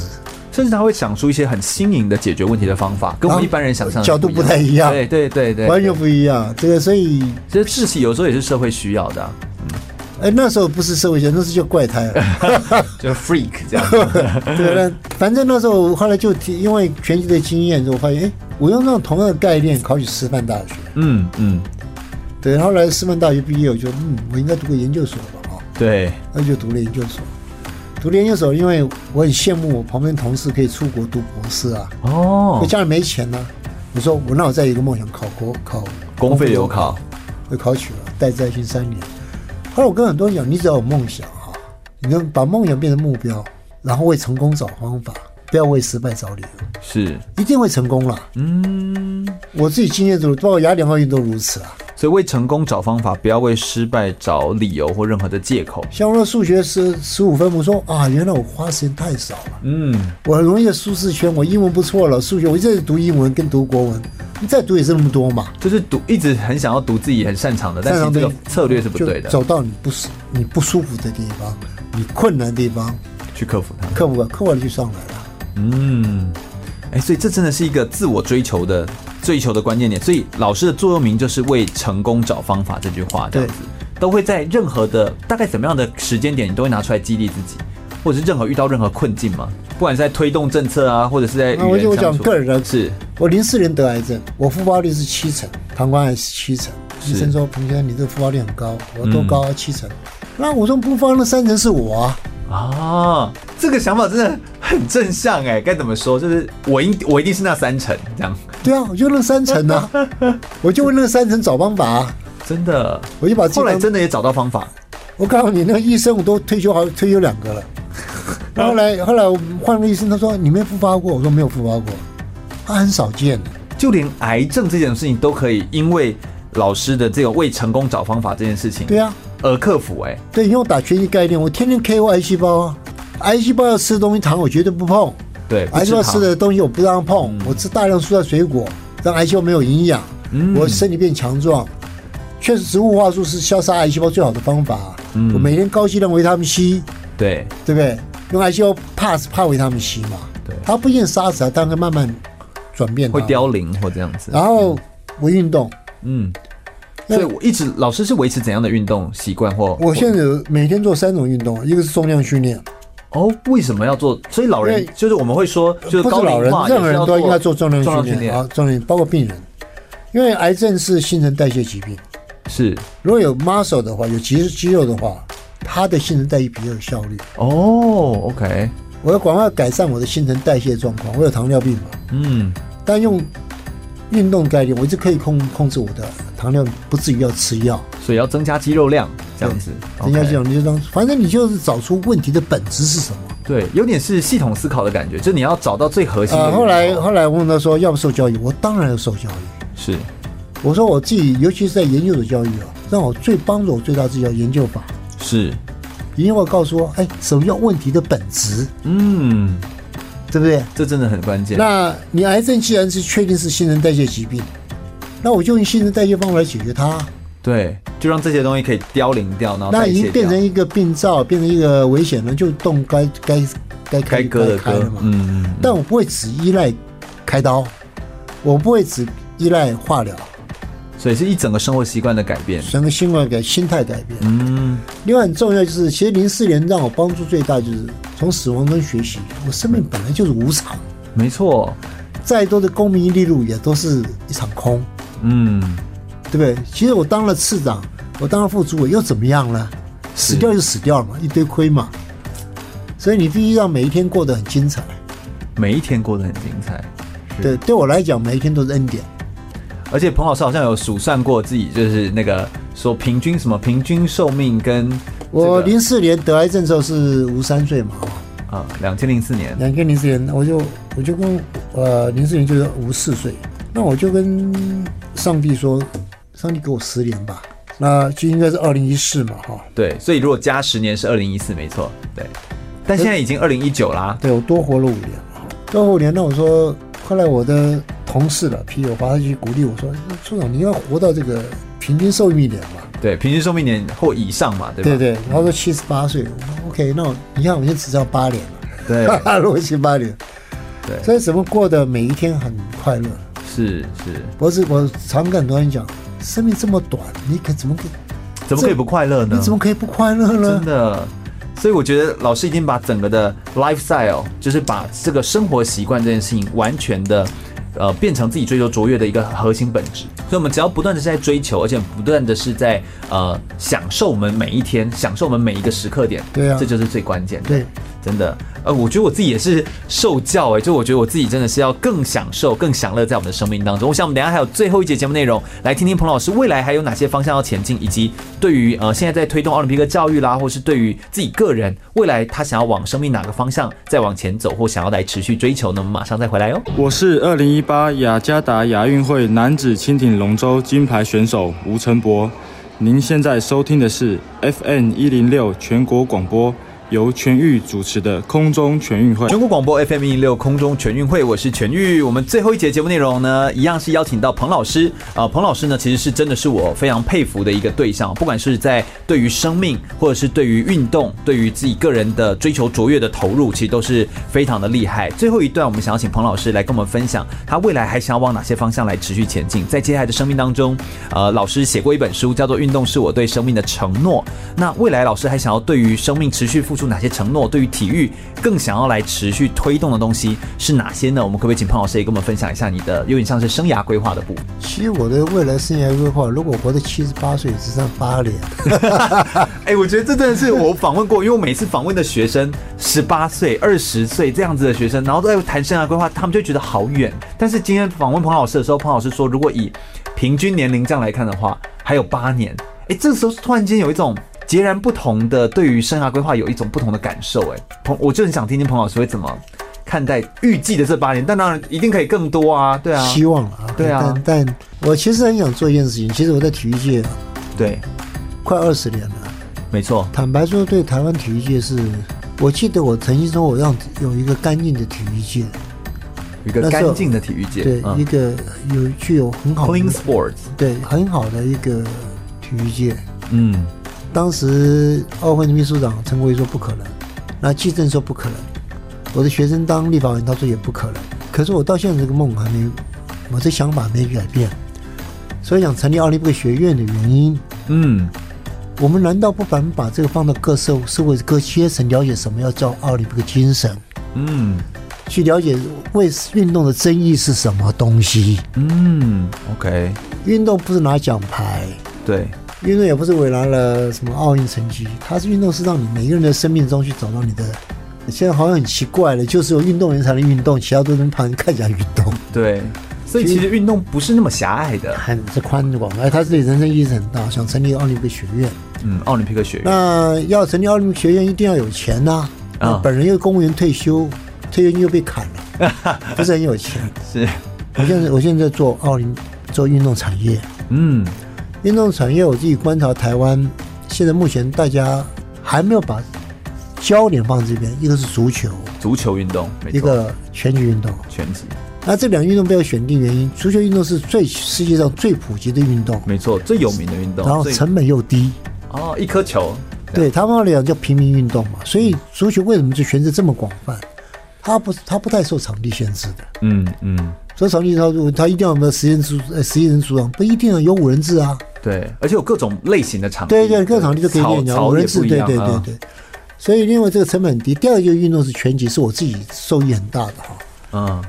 [SPEAKER 1] 甚至他会想出一些很新颖的解决问题的方法，跟我们
[SPEAKER 2] 啊
[SPEAKER 1] 一般人想象的
[SPEAKER 2] 角度不太一样
[SPEAKER 1] 对对对对，
[SPEAKER 2] 完全不一样，这个所以
[SPEAKER 1] 其实志气有时候也是社会需要的啊、
[SPEAKER 2] 哎、那时候不是社会学，那是叫怪胎啊。
[SPEAKER 1] 就是 freak 这 样。
[SPEAKER 2] 对，那反正那时候后来就提因为拳击的经验，我发现，哎、我用那种同样的概念考取师范大学。
[SPEAKER 1] 嗯嗯，
[SPEAKER 2] 对，然后来师范大学毕业，我就嗯，我应该读个研究所吧，啊，
[SPEAKER 1] 对，
[SPEAKER 2] 那就读了研究所。读了研究所，因为我很羡慕我旁边同事可以出国读博士啊，
[SPEAKER 1] 哦
[SPEAKER 2] 我，家里没钱呢、我说我那我再有一个梦想，考国考
[SPEAKER 1] 公费留考，
[SPEAKER 2] 会考取了，待在军三年。后来我跟很多人讲，你只要有梦想啊，你能把梦想变成目标，然后为成功找方法，不要为失败找理由，
[SPEAKER 1] 是，
[SPEAKER 2] 一定会成功啦。
[SPEAKER 1] 嗯，
[SPEAKER 2] 我自己经验中，包括雅典奥运都如此啊。
[SPEAKER 1] 所以为成功找方法，不要为失败找理由或任何的借口。
[SPEAKER 2] 像我的数学十十五分，我说啊，原来我花时间太少了，
[SPEAKER 1] 嗯，
[SPEAKER 2] 我很容易的舒适圈，我英文不错了，数学我一直读英文跟读国文，你再读也是那么多嘛。
[SPEAKER 1] 就是读一直很想要读自己很擅长的，但
[SPEAKER 2] 擅
[SPEAKER 1] 是
[SPEAKER 2] 长
[SPEAKER 1] 这
[SPEAKER 2] 的
[SPEAKER 1] 个策略是不
[SPEAKER 2] 就
[SPEAKER 1] 对的，
[SPEAKER 2] 走到你不舒你不舒服的地方，你困难的地方，
[SPEAKER 1] 去克服它。
[SPEAKER 2] 克服了，克服了就上来了。
[SPEAKER 1] 嗯，哎，所以这真的是一个自我追求的追求的关键点。所以老师的座右铭就是为成功找方法这句话，这样子都会在任何的大概怎么样的时间点，你都会拿出来激励自己，或者是任何遇到任何困境嘛，不管是在推动政策啊，或者是在与
[SPEAKER 2] 那我
[SPEAKER 1] 人
[SPEAKER 2] 就我
[SPEAKER 1] 相
[SPEAKER 2] 讲
[SPEAKER 1] 处。
[SPEAKER 2] 个人啊的
[SPEAKER 1] 是
[SPEAKER 2] 我零四年得癌症，我复发率是七成，膀胱癌是七成。
[SPEAKER 1] 是嗯
[SPEAKER 2] 医生说：“彭先生，你这个复发率很高。”我说：“多高啊？七成。”那我说：“不发那三成是我啊。
[SPEAKER 1] 啊，这个想法真的很正向哎，该怎么说？就是我一我一定是那三成这样，”
[SPEAKER 2] 对啊，我就那三成 啊，我就为那三成找方法、啊。
[SPEAKER 1] 真的。
[SPEAKER 2] 我就把自己
[SPEAKER 1] 后来
[SPEAKER 2] 当
[SPEAKER 1] 真的也找到方法，
[SPEAKER 2] 我告诉你，那个医生我都退休好退休两个了。然后后来后来我换了医生，他说：“你没复发过？”我说：“没有复发过。”他很少见的。
[SPEAKER 1] 就连癌症这件事情都可以因为老师的这个为成功找方法这件事情，
[SPEAKER 2] 对啊，
[SPEAKER 1] 而克服哎、
[SPEAKER 2] 对，用打拳击概念，我天天 KO 癌细胞啊，癌细胞要吃的东西糖我绝对不碰。
[SPEAKER 1] 对，不嗯
[SPEAKER 2] 癌细胞
[SPEAKER 1] 糖
[SPEAKER 2] 吃的东西我不让它碰，我吃大量蔬菜水果，让癌细胞没有营养，
[SPEAKER 1] 嗯
[SPEAKER 2] 我身体变强壮。确实，植物化素是消杀癌细胞最好的方法。
[SPEAKER 1] 嗯
[SPEAKER 2] 我每天高剂量维他命 C，
[SPEAKER 1] 对
[SPEAKER 2] 对不对？用癌细胞怕怕维他命 C 嘛，
[SPEAKER 1] 对
[SPEAKER 2] 它不一定杀死它，但会慢慢转变它
[SPEAKER 1] 会。凋零或这样子，
[SPEAKER 2] 然后我运动，
[SPEAKER 1] 嗯，
[SPEAKER 2] 啊那
[SPEAKER 1] 所以我一直老师是维持怎样的运动习惯或
[SPEAKER 2] 我现在有每天做三种运动，一个是重量训练，
[SPEAKER 1] 哦为什么要做？所以老人
[SPEAKER 2] 因为呃
[SPEAKER 1] 就是我们会说，就是
[SPEAKER 2] 不
[SPEAKER 1] 高
[SPEAKER 2] 是老
[SPEAKER 1] 龄
[SPEAKER 2] 人
[SPEAKER 1] 化，
[SPEAKER 2] 任何人都应该做
[SPEAKER 1] 重
[SPEAKER 2] 重量
[SPEAKER 1] 量训
[SPEAKER 2] 训练
[SPEAKER 1] 练
[SPEAKER 2] 啊，重量包括病人，因为癌症是新陈代谢疾病。
[SPEAKER 1] 是
[SPEAKER 2] 如果有 muscle 的话，有肌肌肉的话，它的新陈代谢比较有效率。
[SPEAKER 1] 哦，OK，
[SPEAKER 2] 我要赶快改善我的新陈代谢状况，我有糖尿病嘛，
[SPEAKER 1] 嗯，
[SPEAKER 2] 但用运动概念，我就可以控控制我的糖尿不至于要吃药。
[SPEAKER 1] 所以要增加肌肉量这样子，
[SPEAKER 2] 人家
[SPEAKER 1] OK
[SPEAKER 2] 讲你就当，反正你就是找出问题的本质是什么。
[SPEAKER 1] 对，有点是系统思考的感觉，就是你要找到最核心的
[SPEAKER 2] 呃，
[SPEAKER 1] 源头。
[SPEAKER 2] 后来后来我问他说要不受教育，我当然要受教育。
[SPEAKER 1] 是
[SPEAKER 2] 我说我自己，尤其是在研究的教育啊，让我最帮助我最大自己叫研究法。
[SPEAKER 1] 是，
[SPEAKER 2] 研究法告诉我，哎，什么叫问题的本质，
[SPEAKER 1] 嗯，
[SPEAKER 2] 对不对？
[SPEAKER 1] 这真的很关键。
[SPEAKER 2] 那你癌症既然是确定是新陈代谢疾病，那我就用新陈代谢方法来解决它。
[SPEAKER 1] 对，就让这些东西可以凋零掉，然后
[SPEAKER 2] 那
[SPEAKER 1] 代
[SPEAKER 2] 已
[SPEAKER 1] 谢
[SPEAKER 2] 经变
[SPEAKER 1] 掉
[SPEAKER 2] 成一个病灶，变成一个危险了，就动该该
[SPEAKER 1] 该
[SPEAKER 2] 该开
[SPEAKER 1] 割的
[SPEAKER 2] 开
[SPEAKER 1] 割
[SPEAKER 2] 了嘛。，
[SPEAKER 1] 嗯，嗯
[SPEAKER 2] 但我不会只依赖开刀，我不会只依赖化疗，
[SPEAKER 1] 所以是一整个生活习惯的改变。
[SPEAKER 2] 整个新冠改心态改变。
[SPEAKER 1] 嗯，
[SPEAKER 2] 另外很重要就是，其实零四年让我帮助最大就是从死亡中学习，我生命本来就是无常，
[SPEAKER 1] 没错，
[SPEAKER 2] 再多的功名利禄也都是一场空，
[SPEAKER 1] 嗯，
[SPEAKER 2] 对不对？其实我当了次长，我当了副主委又怎么样呢？死掉就死掉了嘛，一堆亏嘛。所以你必须让每一天过得很精彩。
[SPEAKER 1] 每一天过得很精彩。是
[SPEAKER 2] 对，，对我来讲，每一天都是恩典。
[SPEAKER 1] 而且彭老师好像有数算过自己，就是那个说平均什么平均寿命跟、这个、
[SPEAKER 2] 我零四年得癌症的时候是五三岁嘛，
[SPEAKER 1] 啊两千零四年
[SPEAKER 2] 两个零四年，我就我就跟呃零四年就是五四岁，那我就跟上帝说，上帝给我十年吧，那就应该是二零一四嘛，哈，
[SPEAKER 1] 对，所以如果加十年是二零一四，没错，对。但现在已经二零一九啦，
[SPEAKER 2] 对我多活了五年，多活五年，那我说，后来我的同事了皮友华他去鼓励我说，处长你要活到这个平均寿命一点嘛，
[SPEAKER 1] 对，平均寿命年或以上嘛，对吧？
[SPEAKER 2] 对对，然后说七十八岁，我说 OK，那我你看我现在只剩八年了，
[SPEAKER 1] 对
[SPEAKER 2] 哈 哈，如果七八年，
[SPEAKER 1] 对
[SPEAKER 2] 所以怎么过的每一天很快乐。
[SPEAKER 1] 是是，
[SPEAKER 2] 我是我常跟很多人讲，生命这么短，你可怎么可
[SPEAKER 1] 怎么可以不快乐呢？
[SPEAKER 2] 你怎么可以不快乐
[SPEAKER 1] 真
[SPEAKER 2] 呢？
[SPEAKER 1] 的？所以我觉得老师已经把整个的 lifestyle，就是把这个生活习惯这件事情完全的。呃，变成自己追求卓越的一个核心本质，所以我们只要不断的在追求，而且不断的是在呃享受我们每一天，享受我们每一个时刻点，
[SPEAKER 2] 对啊
[SPEAKER 1] 这就是最关键的。
[SPEAKER 2] 对，
[SPEAKER 1] 真的，呃，我觉得我自己也是受教哎、就我觉得我自己真的是要更享受、更享乐在我们的生命当中。我想我们等一下还有最后一节节目内容，来听听彭老师未来还有哪些方向要前进，以及对于呃现在在推动奥林匹克教育啦，或是对于自己个人未来他想要往生命哪个方向再往前走，或想要来持续追求呢？我们马上再回来哟、哦
[SPEAKER 6] 我是二零一八雅加达亚运会男子轻艇龙舟金牌选手吴成博。您现在收听的是 FN 一零六全国广播，由全域主持的空中全运会。
[SPEAKER 1] 全国广播 FM 一六空中全运会，我是全玉。我们最后一节节目内容呢，一样是邀请到彭老师。啊、彭老师呢，其实是真的是我非常佩服的一个对象，不管是在对于生命，或者是对于运动，对于自己个人的追求卓越的投入，其实都是非常的厉害。最后一段，我们想要请彭老师来跟我们分享他未来还想要往哪些方向来持续前进。在接下来的生命当中，呃，老师写过一本书，叫做《运动是我对生命的承诺》。那未来老师还想要对于生命持续付出哪些承诺？对于体育更想要来持续推动的东西是哪些呢？我们可不可以请彭老师也跟我们分享一下你的有点像是生涯规划的部分？
[SPEAKER 2] 其实我的未来生涯规划，如果活到七十八岁，只剩八年，
[SPEAKER 1] 哎、我觉得这真的是我访问过，因为我每次访问的学生，十八岁、二十岁这样子的学生，然后在谈生涯规划，他们就觉得好远。但是今天访问彭老师的时候，彭老师说，如果以平均年龄这样来看的话，还有八年。哎、这时候突然间有一种截然不同的对于生涯规划有一种不同的感受、哎，彭，我就很想听听彭老师会怎么看待预计的这八年，但当然一定可以更多啊，对啊，
[SPEAKER 2] 希望了啊。
[SPEAKER 1] 对啊
[SPEAKER 2] 但但我其实很想做一件事情，其实我在体育界啊
[SPEAKER 1] 对，
[SPEAKER 2] 快二十年了。
[SPEAKER 1] 没错，
[SPEAKER 2] 坦白说，对台湾体育界是，我记得我曾经说我让有一个干净的体育界，
[SPEAKER 1] 有一个
[SPEAKER 2] 那时候
[SPEAKER 1] 干净的体育界，
[SPEAKER 2] 对，一
[SPEAKER 1] 嗯
[SPEAKER 2] 个有具有很好的
[SPEAKER 1] ，clean sports，
[SPEAKER 2] 对很好的一个体育界。
[SPEAKER 1] 嗯，
[SPEAKER 2] 当时奥运会的秘书长陈国仪说不可能，那纪政说不可能，我的学生当立法委员他说也不可能。可是我到现在这个梦还没，我的想法没改变，所以想成立奥林匹克学院的原因，
[SPEAKER 1] 嗯，
[SPEAKER 2] 我们难道不把把这个放到各社社会各阶层了解什么要叫奥林匹克精神，
[SPEAKER 1] 嗯。
[SPEAKER 2] 去了解为运动的争议是什么东西？
[SPEAKER 1] 嗯，OK，
[SPEAKER 2] 运动不是拿奖牌，
[SPEAKER 1] 对，
[SPEAKER 2] 运动也不是为拿了什么奥运成绩，它是运动是让你每个人的生命中去找到你的。现在好像很奇怪了，就是有运动员才能运动，其他都能看看起来运动。
[SPEAKER 1] 对，所以其实运动不是那么狭隘的。
[SPEAKER 2] 很是宽广，哎，他自己人生意义很大，想成立奥林匹克学院。
[SPEAKER 1] 嗯，奥林匹克学院，
[SPEAKER 2] 那要成立奥林匹克学院，一定要有钱呐、那
[SPEAKER 1] 啊
[SPEAKER 2] 本人又公务员退休，退休金又被砍了，不是很有钱。
[SPEAKER 1] 是，
[SPEAKER 2] 我现在我现在做奥林做运动产业，
[SPEAKER 1] 嗯，
[SPEAKER 2] 运动产业我自己观察台湾，现在目前大家还没有把焦点放这边，一个是足球，
[SPEAKER 1] 足球运动，没错
[SPEAKER 2] 一个拳击运动。
[SPEAKER 1] 拳击，
[SPEAKER 2] 那这两个运动被我选定原因，足球运动是最世界上最普及的运动，
[SPEAKER 1] 没错，最有名的运动。
[SPEAKER 2] 然后
[SPEAKER 1] 最
[SPEAKER 2] 成本又低，
[SPEAKER 1] 哦，一颗球，这样，
[SPEAKER 2] 对他们来讲叫平民运动嘛。所以足球为什么就圈子这么广泛？它不它不太受场地限制的，
[SPEAKER 1] 嗯嗯，
[SPEAKER 2] 所以场地它它一定要有没有十人组呃十一人组长，不一定啊，有五人制啊。
[SPEAKER 1] 对，而且有各种类型的场地，
[SPEAKER 2] 对对，各场地都可以
[SPEAKER 1] 草
[SPEAKER 2] 练的，
[SPEAKER 1] 草
[SPEAKER 2] 五
[SPEAKER 1] 也
[SPEAKER 2] 人制，
[SPEAKER 1] 不一
[SPEAKER 2] 对
[SPEAKER 1] 样
[SPEAKER 2] 对对
[SPEAKER 1] 啊
[SPEAKER 2] 对。所以另外这个成本很低。第二个运动是拳击，是我自己受益很大的哈。
[SPEAKER 1] 嗯，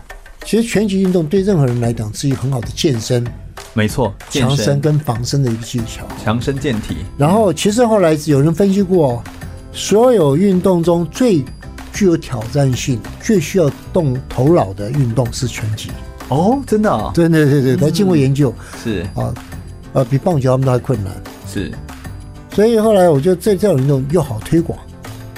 [SPEAKER 2] 其实拳击运动对任何人来讲是一个很好的健身、
[SPEAKER 1] 没错，健
[SPEAKER 2] 强身跟防身的一个技巧。
[SPEAKER 1] 强身健体，
[SPEAKER 2] 然后其实后来有人分析过，哦所有运动中最具有挑战性、最需要动头脑的运动是拳击。
[SPEAKER 1] 哦，真的啊，
[SPEAKER 2] 对对对对，他经过研究
[SPEAKER 1] 是
[SPEAKER 2] 啊，呃，比棒球他们都还困难。
[SPEAKER 1] 是，
[SPEAKER 2] 所以后来我觉得这这种运动又好推广，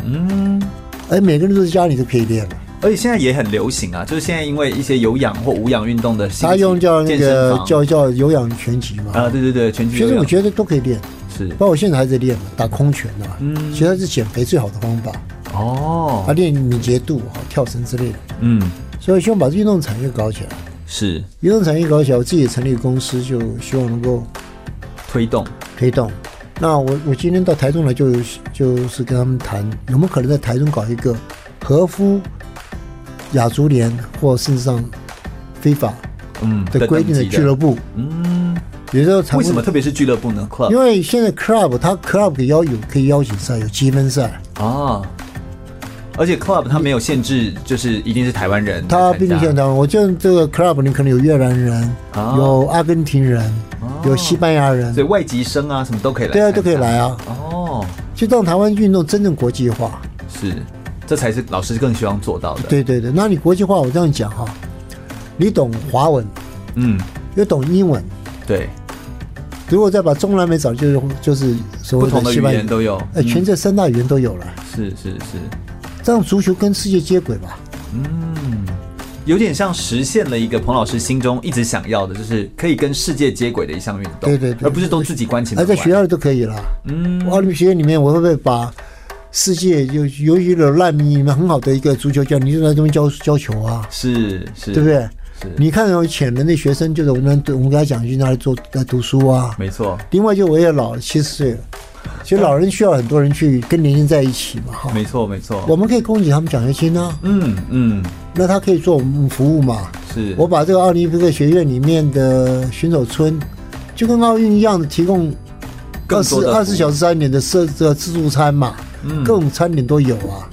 [SPEAKER 1] 嗯。
[SPEAKER 2] 而每个人都在家里都可以练了。
[SPEAKER 1] 而且现在也很流行啊，就是现在因为一些有氧或无氧运动的兴起，
[SPEAKER 2] 他用叫那
[SPEAKER 1] 健身
[SPEAKER 2] 个
[SPEAKER 1] 房
[SPEAKER 2] 叫叫有氧拳击嘛。
[SPEAKER 1] 啊，对对对，拳击
[SPEAKER 2] 其
[SPEAKER 1] 有
[SPEAKER 2] 实我
[SPEAKER 1] 氧
[SPEAKER 2] 觉得都可以练，
[SPEAKER 1] 是
[SPEAKER 2] 包括我现在还在练嘛，打空拳的嘛。
[SPEAKER 1] 嗯
[SPEAKER 2] 其实它是减肥最好的方法，
[SPEAKER 1] 哦
[SPEAKER 2] 啊，，练敏捷度啊，跳绳之类的。
[SPEAKER 1] 嗯，
[SPEAKER 2] 所以希望把运动产业搞起来，
[SPEAKER 1] 是
[SPEAKER 2] 运动产业搞起来，我自己也成立公司，就希望能够
[SPEAKER 1] 推动，
[SPEAKER 2] 推动。那我我今天到台中来就，就是跟他们谈，有没有可能在台中搞一个和夫雅足联或甚至上非法
[SPEAKER 1] 嗯
[SPEAKER 2] 的规定的
[SPEAKER 1] 等级
[SPEAKER 2] 俱乐部，
[SPEAKER 1] 嗯，
[SPEAKER 2] 比如说常
[SPEAKER 1] 为什么特别是俱乐部呢？club
[SPEAKER 2] 因为现在 club 它 club 可以邀有可以邀请赛，有积分赛，
[SPEAKER 1] 啊，而且 club 它没有限制，就是一定是台湾人来参加，
[SPEAKER 2] 它并不像台湾。我见这个 club 你可能有越南人，
[SPEAKER 1] 啊
[SPEAKER 2] 有阿根廷人，有西班牙人，
[SPEAKER 1] 所以外籍生啊什么都可以来，
[SPEAKER 2] 对啊，都可以来
[SPEAKER 1] 啊。
[SPEAKER 2] 啊，
[SPEAKER 1] 哦，
[SPEAKER 2] 就让台湾运动真正国际化。
[SPEAKER 1] 是，这才是老师更希望做到的。，
[SPEAKER 2] 对对对，那你国际化，我这样讲哈，你懂华文，
[SPEAKER 1] 嗯，
[SPEAKER 2] 又懂英文，
[SPEAKER 1] 对，
[SPEAKER 2] 如果再把中南美找，就是就是所
[SPEAKER 1] 不
[SPEAKER 2] 谓
[SPEAKER 1] 同的
[SPEAKER 2] 西
[SPEAKER 1] 语
[SPEAKER 2] 班
[SPEAKER 1] 言
[SPEAKER 2] 牙，
[SPEAKER 1] 都有，
[SPEAKER 2] 哎，
[SPEAKER 1] 嗯
[SPEAKER 2] 全这三大语言都有了，
[SPEAKER 1] 是是是，
[SPEAKER 2] 这样足球跟世界接轨吧。
[SPEAKER 1] 有点像实现了一个彭老师心中一直想要的，就是可以跟世界接轨的一项运动，
[SPEAKER 2] 对对对
[SPEAKER 1] 而不是都自己关起
[SPEAKER 2] 哎，
[SPEAKER 1] 门
[SPEAKER 2] 在
[SPEAKER 1] 外。
[SPEAKER 2] 学校里都可以了。
[SPEAKER 1] 嗯，
[SPEAKER 2] 奥林匹克学院里面，我会不会把世界有由于有难民里面很好的一个足球教练，你就在这边教教球啊，
[SPEAKER 1] 是是，
[SPEAKER 2] 对不？对？
[SPEAKER 1] 是，
[SPEAKER 2] 你看有潜能的学生，就是我们我们跟他讲去那里做来读书啊。
[SPEAKER 1] 没错，
[SPEAKER 2] 另外，就我也老了七十岁了，其实老人需要很多人去跟年轻人在一起嘛，哈。
[SPEAKER 1] 没错，没错。
[SPEAKER 2] 我们可以供给他们奖学金啊，
[SPEAKER 1] 嗯嗯，
[SPEAKER 2] 那他可以做我们服务嘛。
[SPEAKER 1] 是
[SPEAKER 2] 我把这个奥林匹克学院里面的选手村，就跟奥运一样的提供
[SPEAKER 1] 更
[SPEAKER 2] 二十
[SPEAKER 1] 多的
[SPEAKER 2] 二十小
[SPEAKER 1] 时，
[SPEAKER 2] 时三点的设这自助餐嘛，
[SPEAKER 1] 嗯
[SPEAKER 2] 各种餐点都有啊。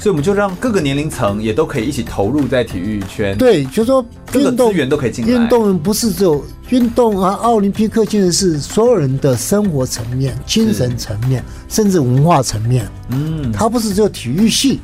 [SPEAKER 1] 所以我们就让各个年龄层也都可以一起投入在体育圈。，
[SPEAKER 2] 对，就说
[SPEAKER 1] 各嗯个
[SPEAKER 2] 运动
[SPEAKER 1] 资源都可以进来
[SPEAKER 2] 运动不是只有运动啊，奥林匹克精神是所有人的生活层面、精神层面，甚至文化层面。
[SPEAKER 1] 嗯，
[SPEAKER 2] 它不是只有体育系，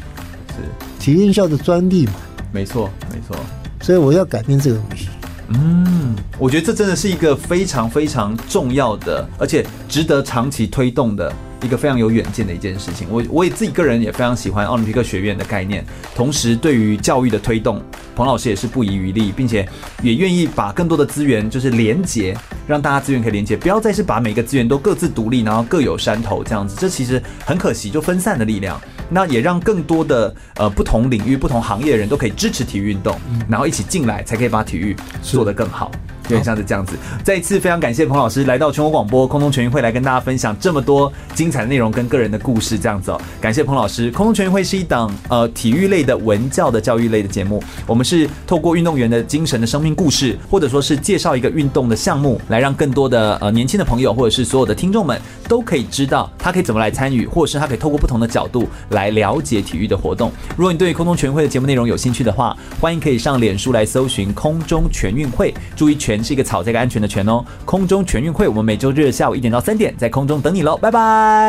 [SPEAKER 1] 是
[SPEAKER 2] 体育校的专利嘛。
[SPEAKER 1] 没错，没错。
[SPEAKER 2] 所以我要改变这个东西。
[SPEAKER 1] 嗯，我觉得这真的是一个非常非常重要的，而且值得长期推动的一个非常有远见的一件事情。我我也自己个人也非常喜欢奥林匹克学院的概念，同时对于教育的推动，彭老师也是不遗余力，并且也愿意把更多的资源就是连结，让大家资源可以连结，不要再是把每个资源都各自独立，然后各有山头这样子，这其实很可惜，就分散的力量。那也让更多的呃不同领域、不同行业的人都可以支持体育运动，然后一起进来，才可以把体育做得更好。有点像是这样子。再一次非常感谢彭老师来到全国广播空中全运会来跟大家分享这么多精彩的内容跟个人的故事，这样子哦。感谢彭老师。空中全运会是一档呃体育类的文教的教育类的节目，我们是透过运动员的精神的生命故事，或者说是介绍一个运动的项目，来让更多的呃年轻的朋友或者是所有的听众们都可以知道他可以怎么来参与，或者是他可以透过不同的角度来了解体育的活动。如果你对空中全运会的节目内容有兴趣的话，欢迎可以上脸书来搜寻“空中全运会”，注意“全”是一个草这个安全的“全”哦。空中全运会，我们每周日下午一点到三点在空中等你喽，拜拜。